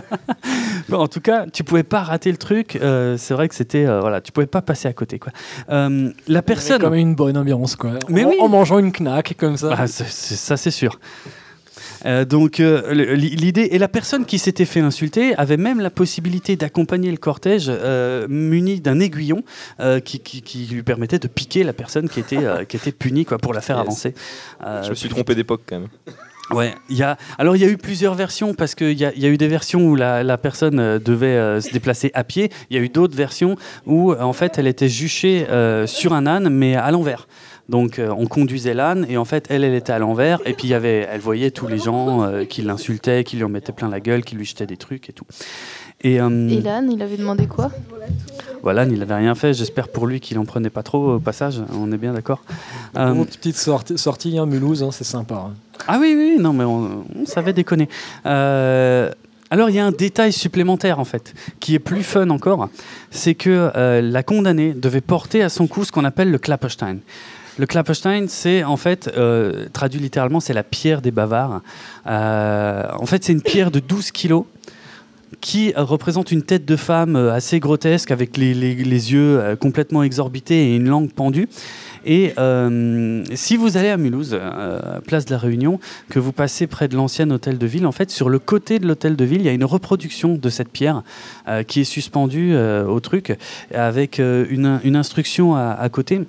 Speaker 2: Bon, En tout cas, tu pouvais pas rater le truc. Euh, c'est vrai que c'était... euh, voilà, tu pouvais pas passer à côté, quoi. Euh, la personne...
Speaker 3: Comme une bonne ambiance, quoi.
Speaker 2: Mais
Speaker 3: en,
Speaker 2: oui.
Speaker 3: en mangeant une knack, comme ça.
Speaker 2: Bah, c'est- c'est- ça, c'est sûr. Euh, donc, euh, le- l'i- l'idée. Et la personne qui s'était fait insulter avait même la possibilité d'accompagner le cortège euh, muni d'un aiguillon euh, qui, qui- qui lui permettait de piquer la personne qui était, euh, qui était punie quoi, pour la faire
Speaker 8: Yes.
Speaker 2: avancer. Euh,
Speaker 8: Je me suis trompé d'époque quand même.
Speaker 2: Ouais, il y a... Alors il y a eu plusieurs versions parce qu'il y a, il y a eu des versions où la, la personne euh, devait euh, se déplacer à pied. Il y a eu d'autres versions où euh, en fait elle était juchée euh, sur un âne mais à l'envers. Donc euh, on conduisait l'âne et en fait elle elle était à l'envers et puis il y avait elle voyait tous les gens euh, qui l'insultaient, qui lui en mettaient plein la gueule, qui lui jetaient des trucs et tout. Et, euh,
Speaker 6: Et l'âne, il avait demandé quoi
Speaker 2: voilà, il n'avait rien fait. J'espère pour lui qu'il en prenait pas trop au passage. On est bien d'accord. Euh,
Speaker 3: Bon, petite sorti- sortie, hein, Mulhouse, hein, c'est sympa. hein.
Speaker 2: Ah oui, oui, non, mais on, on savait déconner. Euh, alors, il y a un détail supplémentaire, en fait, qui est plus fun encore. C'est que euh, la condamnée devait porter à son cou ce qu'on appelle le Klapperstein. Le Klapperstein, c'est en fait, euh, traduit littéralement, c'est la pierre des bavards. Euh, en fait, c'est une pierre de 12 kilos qui euh, représente une tête de femme euh, assez grotesque avec les, les- les yeux euh, complètement exorbités et une langue pendue. Et euh, si vous allez à Mulhouse, euh, place de la Réunion, que vous passez près de l'ancien hôtel de ville, en fait, sur le côté de l'hôtel de ville, il y a une reproduction de cette pierre euh, qui est suspendue euh, au truc avec euh, une, une instruction à, à côté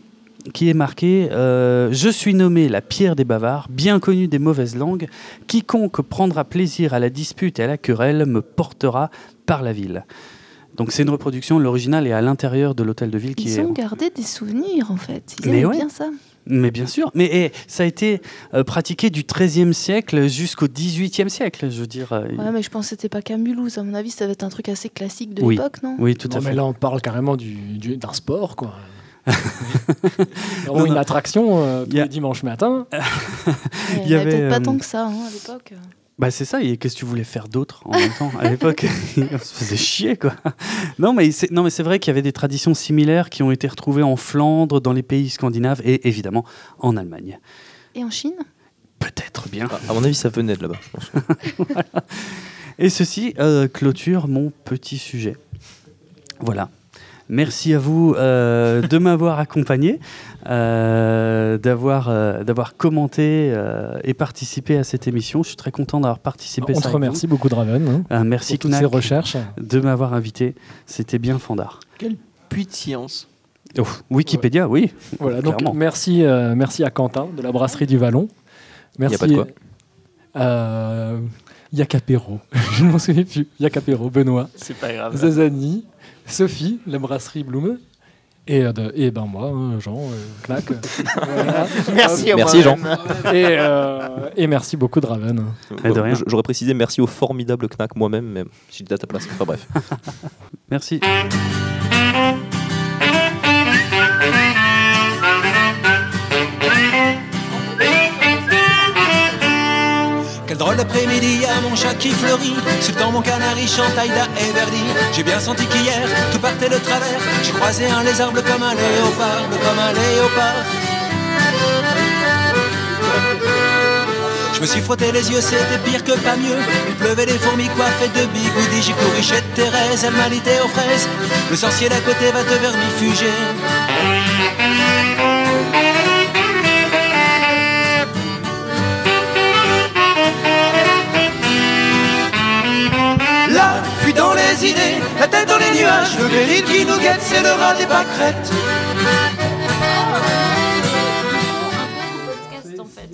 Speaker 2: qui est marquée euh, Je suis nommé la pierre des bavards, bien connue des mauvaises langues. Quiconque prendra plaisir à la dispute et à la querelle me portera par la ville. Donc c'est une reproduction, l'original est à l'intérieur de l'hôtel de ville qui
Speaker 6: Ils
Speaker 2: est
Speaker 6: ont gardé des souvenirs en fait. Ils
Speaker 2: Mais
Speaker 6: aimaient
Speaker 2: ouais.
Speaker 6: bien ça.
Speaker 2: mais bien sûr, mais eh, ça a été euh, pratiqué du XIIIe siècle jusqu'au XVIIIe siècle, je veux dire. euh,
Speaker 6: Ouais, mais je pense que c'était pas qu'à Mulhouse. À mon avis, ça va être un truc assez classique de
Speaker 2: Oui.
Speaker 6: l'époque, non
Speaker 2: Oui, tout
Speaker 3: Non,
Speaker 2: à
Speaker 3: mais
Speaker 2: fait.
Speaker 3: là, on parle carrément du, du- d'un sport, quoi. Vraiment
Speaker 2: Non,
Speaker 3: une
Speaker 2: non.
Speaker 3: attraction euh, tous
Speaker 2: Y a-
Speaker 3: les dimanches matin.
Speaker 6: Il
Speaker 2: y
Speaker 6: y avait
Speaker 2: avait,
Speaker 6: peut-être pas
Speaker 2: euh,
Speaker 6: tant que ça hein, à l'époque.
Speaker 2: Bah c'est ça, et qu'est-ce que tu voulais faire d'autre en même temps À l'époque, on se faisait chier, quoi. Non, mais c'est, non, mais c'est vrai qu'il y avait des traditions similaires qui ont été retrouvées en Flandre, dans les pays scandinaves et évidemment en Allemagne.
Speaker 6: Et en Chine
Speaker 2: Peut-être bien.
Speaker 8: Ah, À mon avis, ça venait de là-bas. je pense.
Speaker 2: Et ceci euh, clôture mon petit sujet. Voilà. Merci à vous euh, de m'avoir accompagné, euh, d'avoir euh, d'avoir commenté euh, et participé à cette émission. Je suis très content d'avoir participé.
Speaker 3: On
Speaker 2: ça
Speaker 3: te
Speaker 2: avec
Speaker 3: remercie beaucoup, Draven, hein,
Speaker 2: vous. Euh, merci
Speaker 3: pour toutes ces
Speaker 2: Knack,
Speaker 3: recherches.
Speaker 2: de m'avoir invité. C'était bien fandard.
Speaker 4: Puits de science.
Speaker 2: Oh, Wikipédia, oui.
Speaker 3: Voilà, donc
Speaker 2: Clairement.
Speaker 3: merci, euh, merci à Quentin de la brasserie du Vallon. Merci.
Speaker 8: a pas de quoi.
Speaker 3: Euh, Yacapéro, je ne m'en souviens plus. Yacapéro, Benoît,
Speaker 4: C'est pas grave.
Speaker 3: Zazani, Sophie, la brasserie Bloom. Et, euh, de- et ben moi, hein, Jean, euh, Knack. Voilà.
Speaker 4: Merci, à
Speaker 8: Merci,
Speaker 4: moi-même.
Speaker 3: Et, euh, et merci beaucoup, Draven.
Speaker 2: Mais de rien.
Speaker 8: J- J'aurais précisé merci au formidable Knack moi-même, mais j'étais à ta place. Enfin bref.
Speaker 2: Merci.
Speaker 9: Quel drôle d'après-midi à mon chat qui fleurit Sultan mon canari chante Aïda et Verdi J'ai bien senti qu'hier tout partait de travers J'ai croisé un lézard bleu comme un léopard bleu comme un léopard Je me suis frotté les yeux, c'était pire que pas mieux. Il pleuvait des fourmis coiffées de bigoudis. J'ai couru chez Thérèse, elle m'a lité aux fraises. Le sorcier d'à côté va te vermifuger. Là, fuis dans les idées, la tête dans les nuages. Le grêle qui nous guette, c'est le rat des pâquerettes.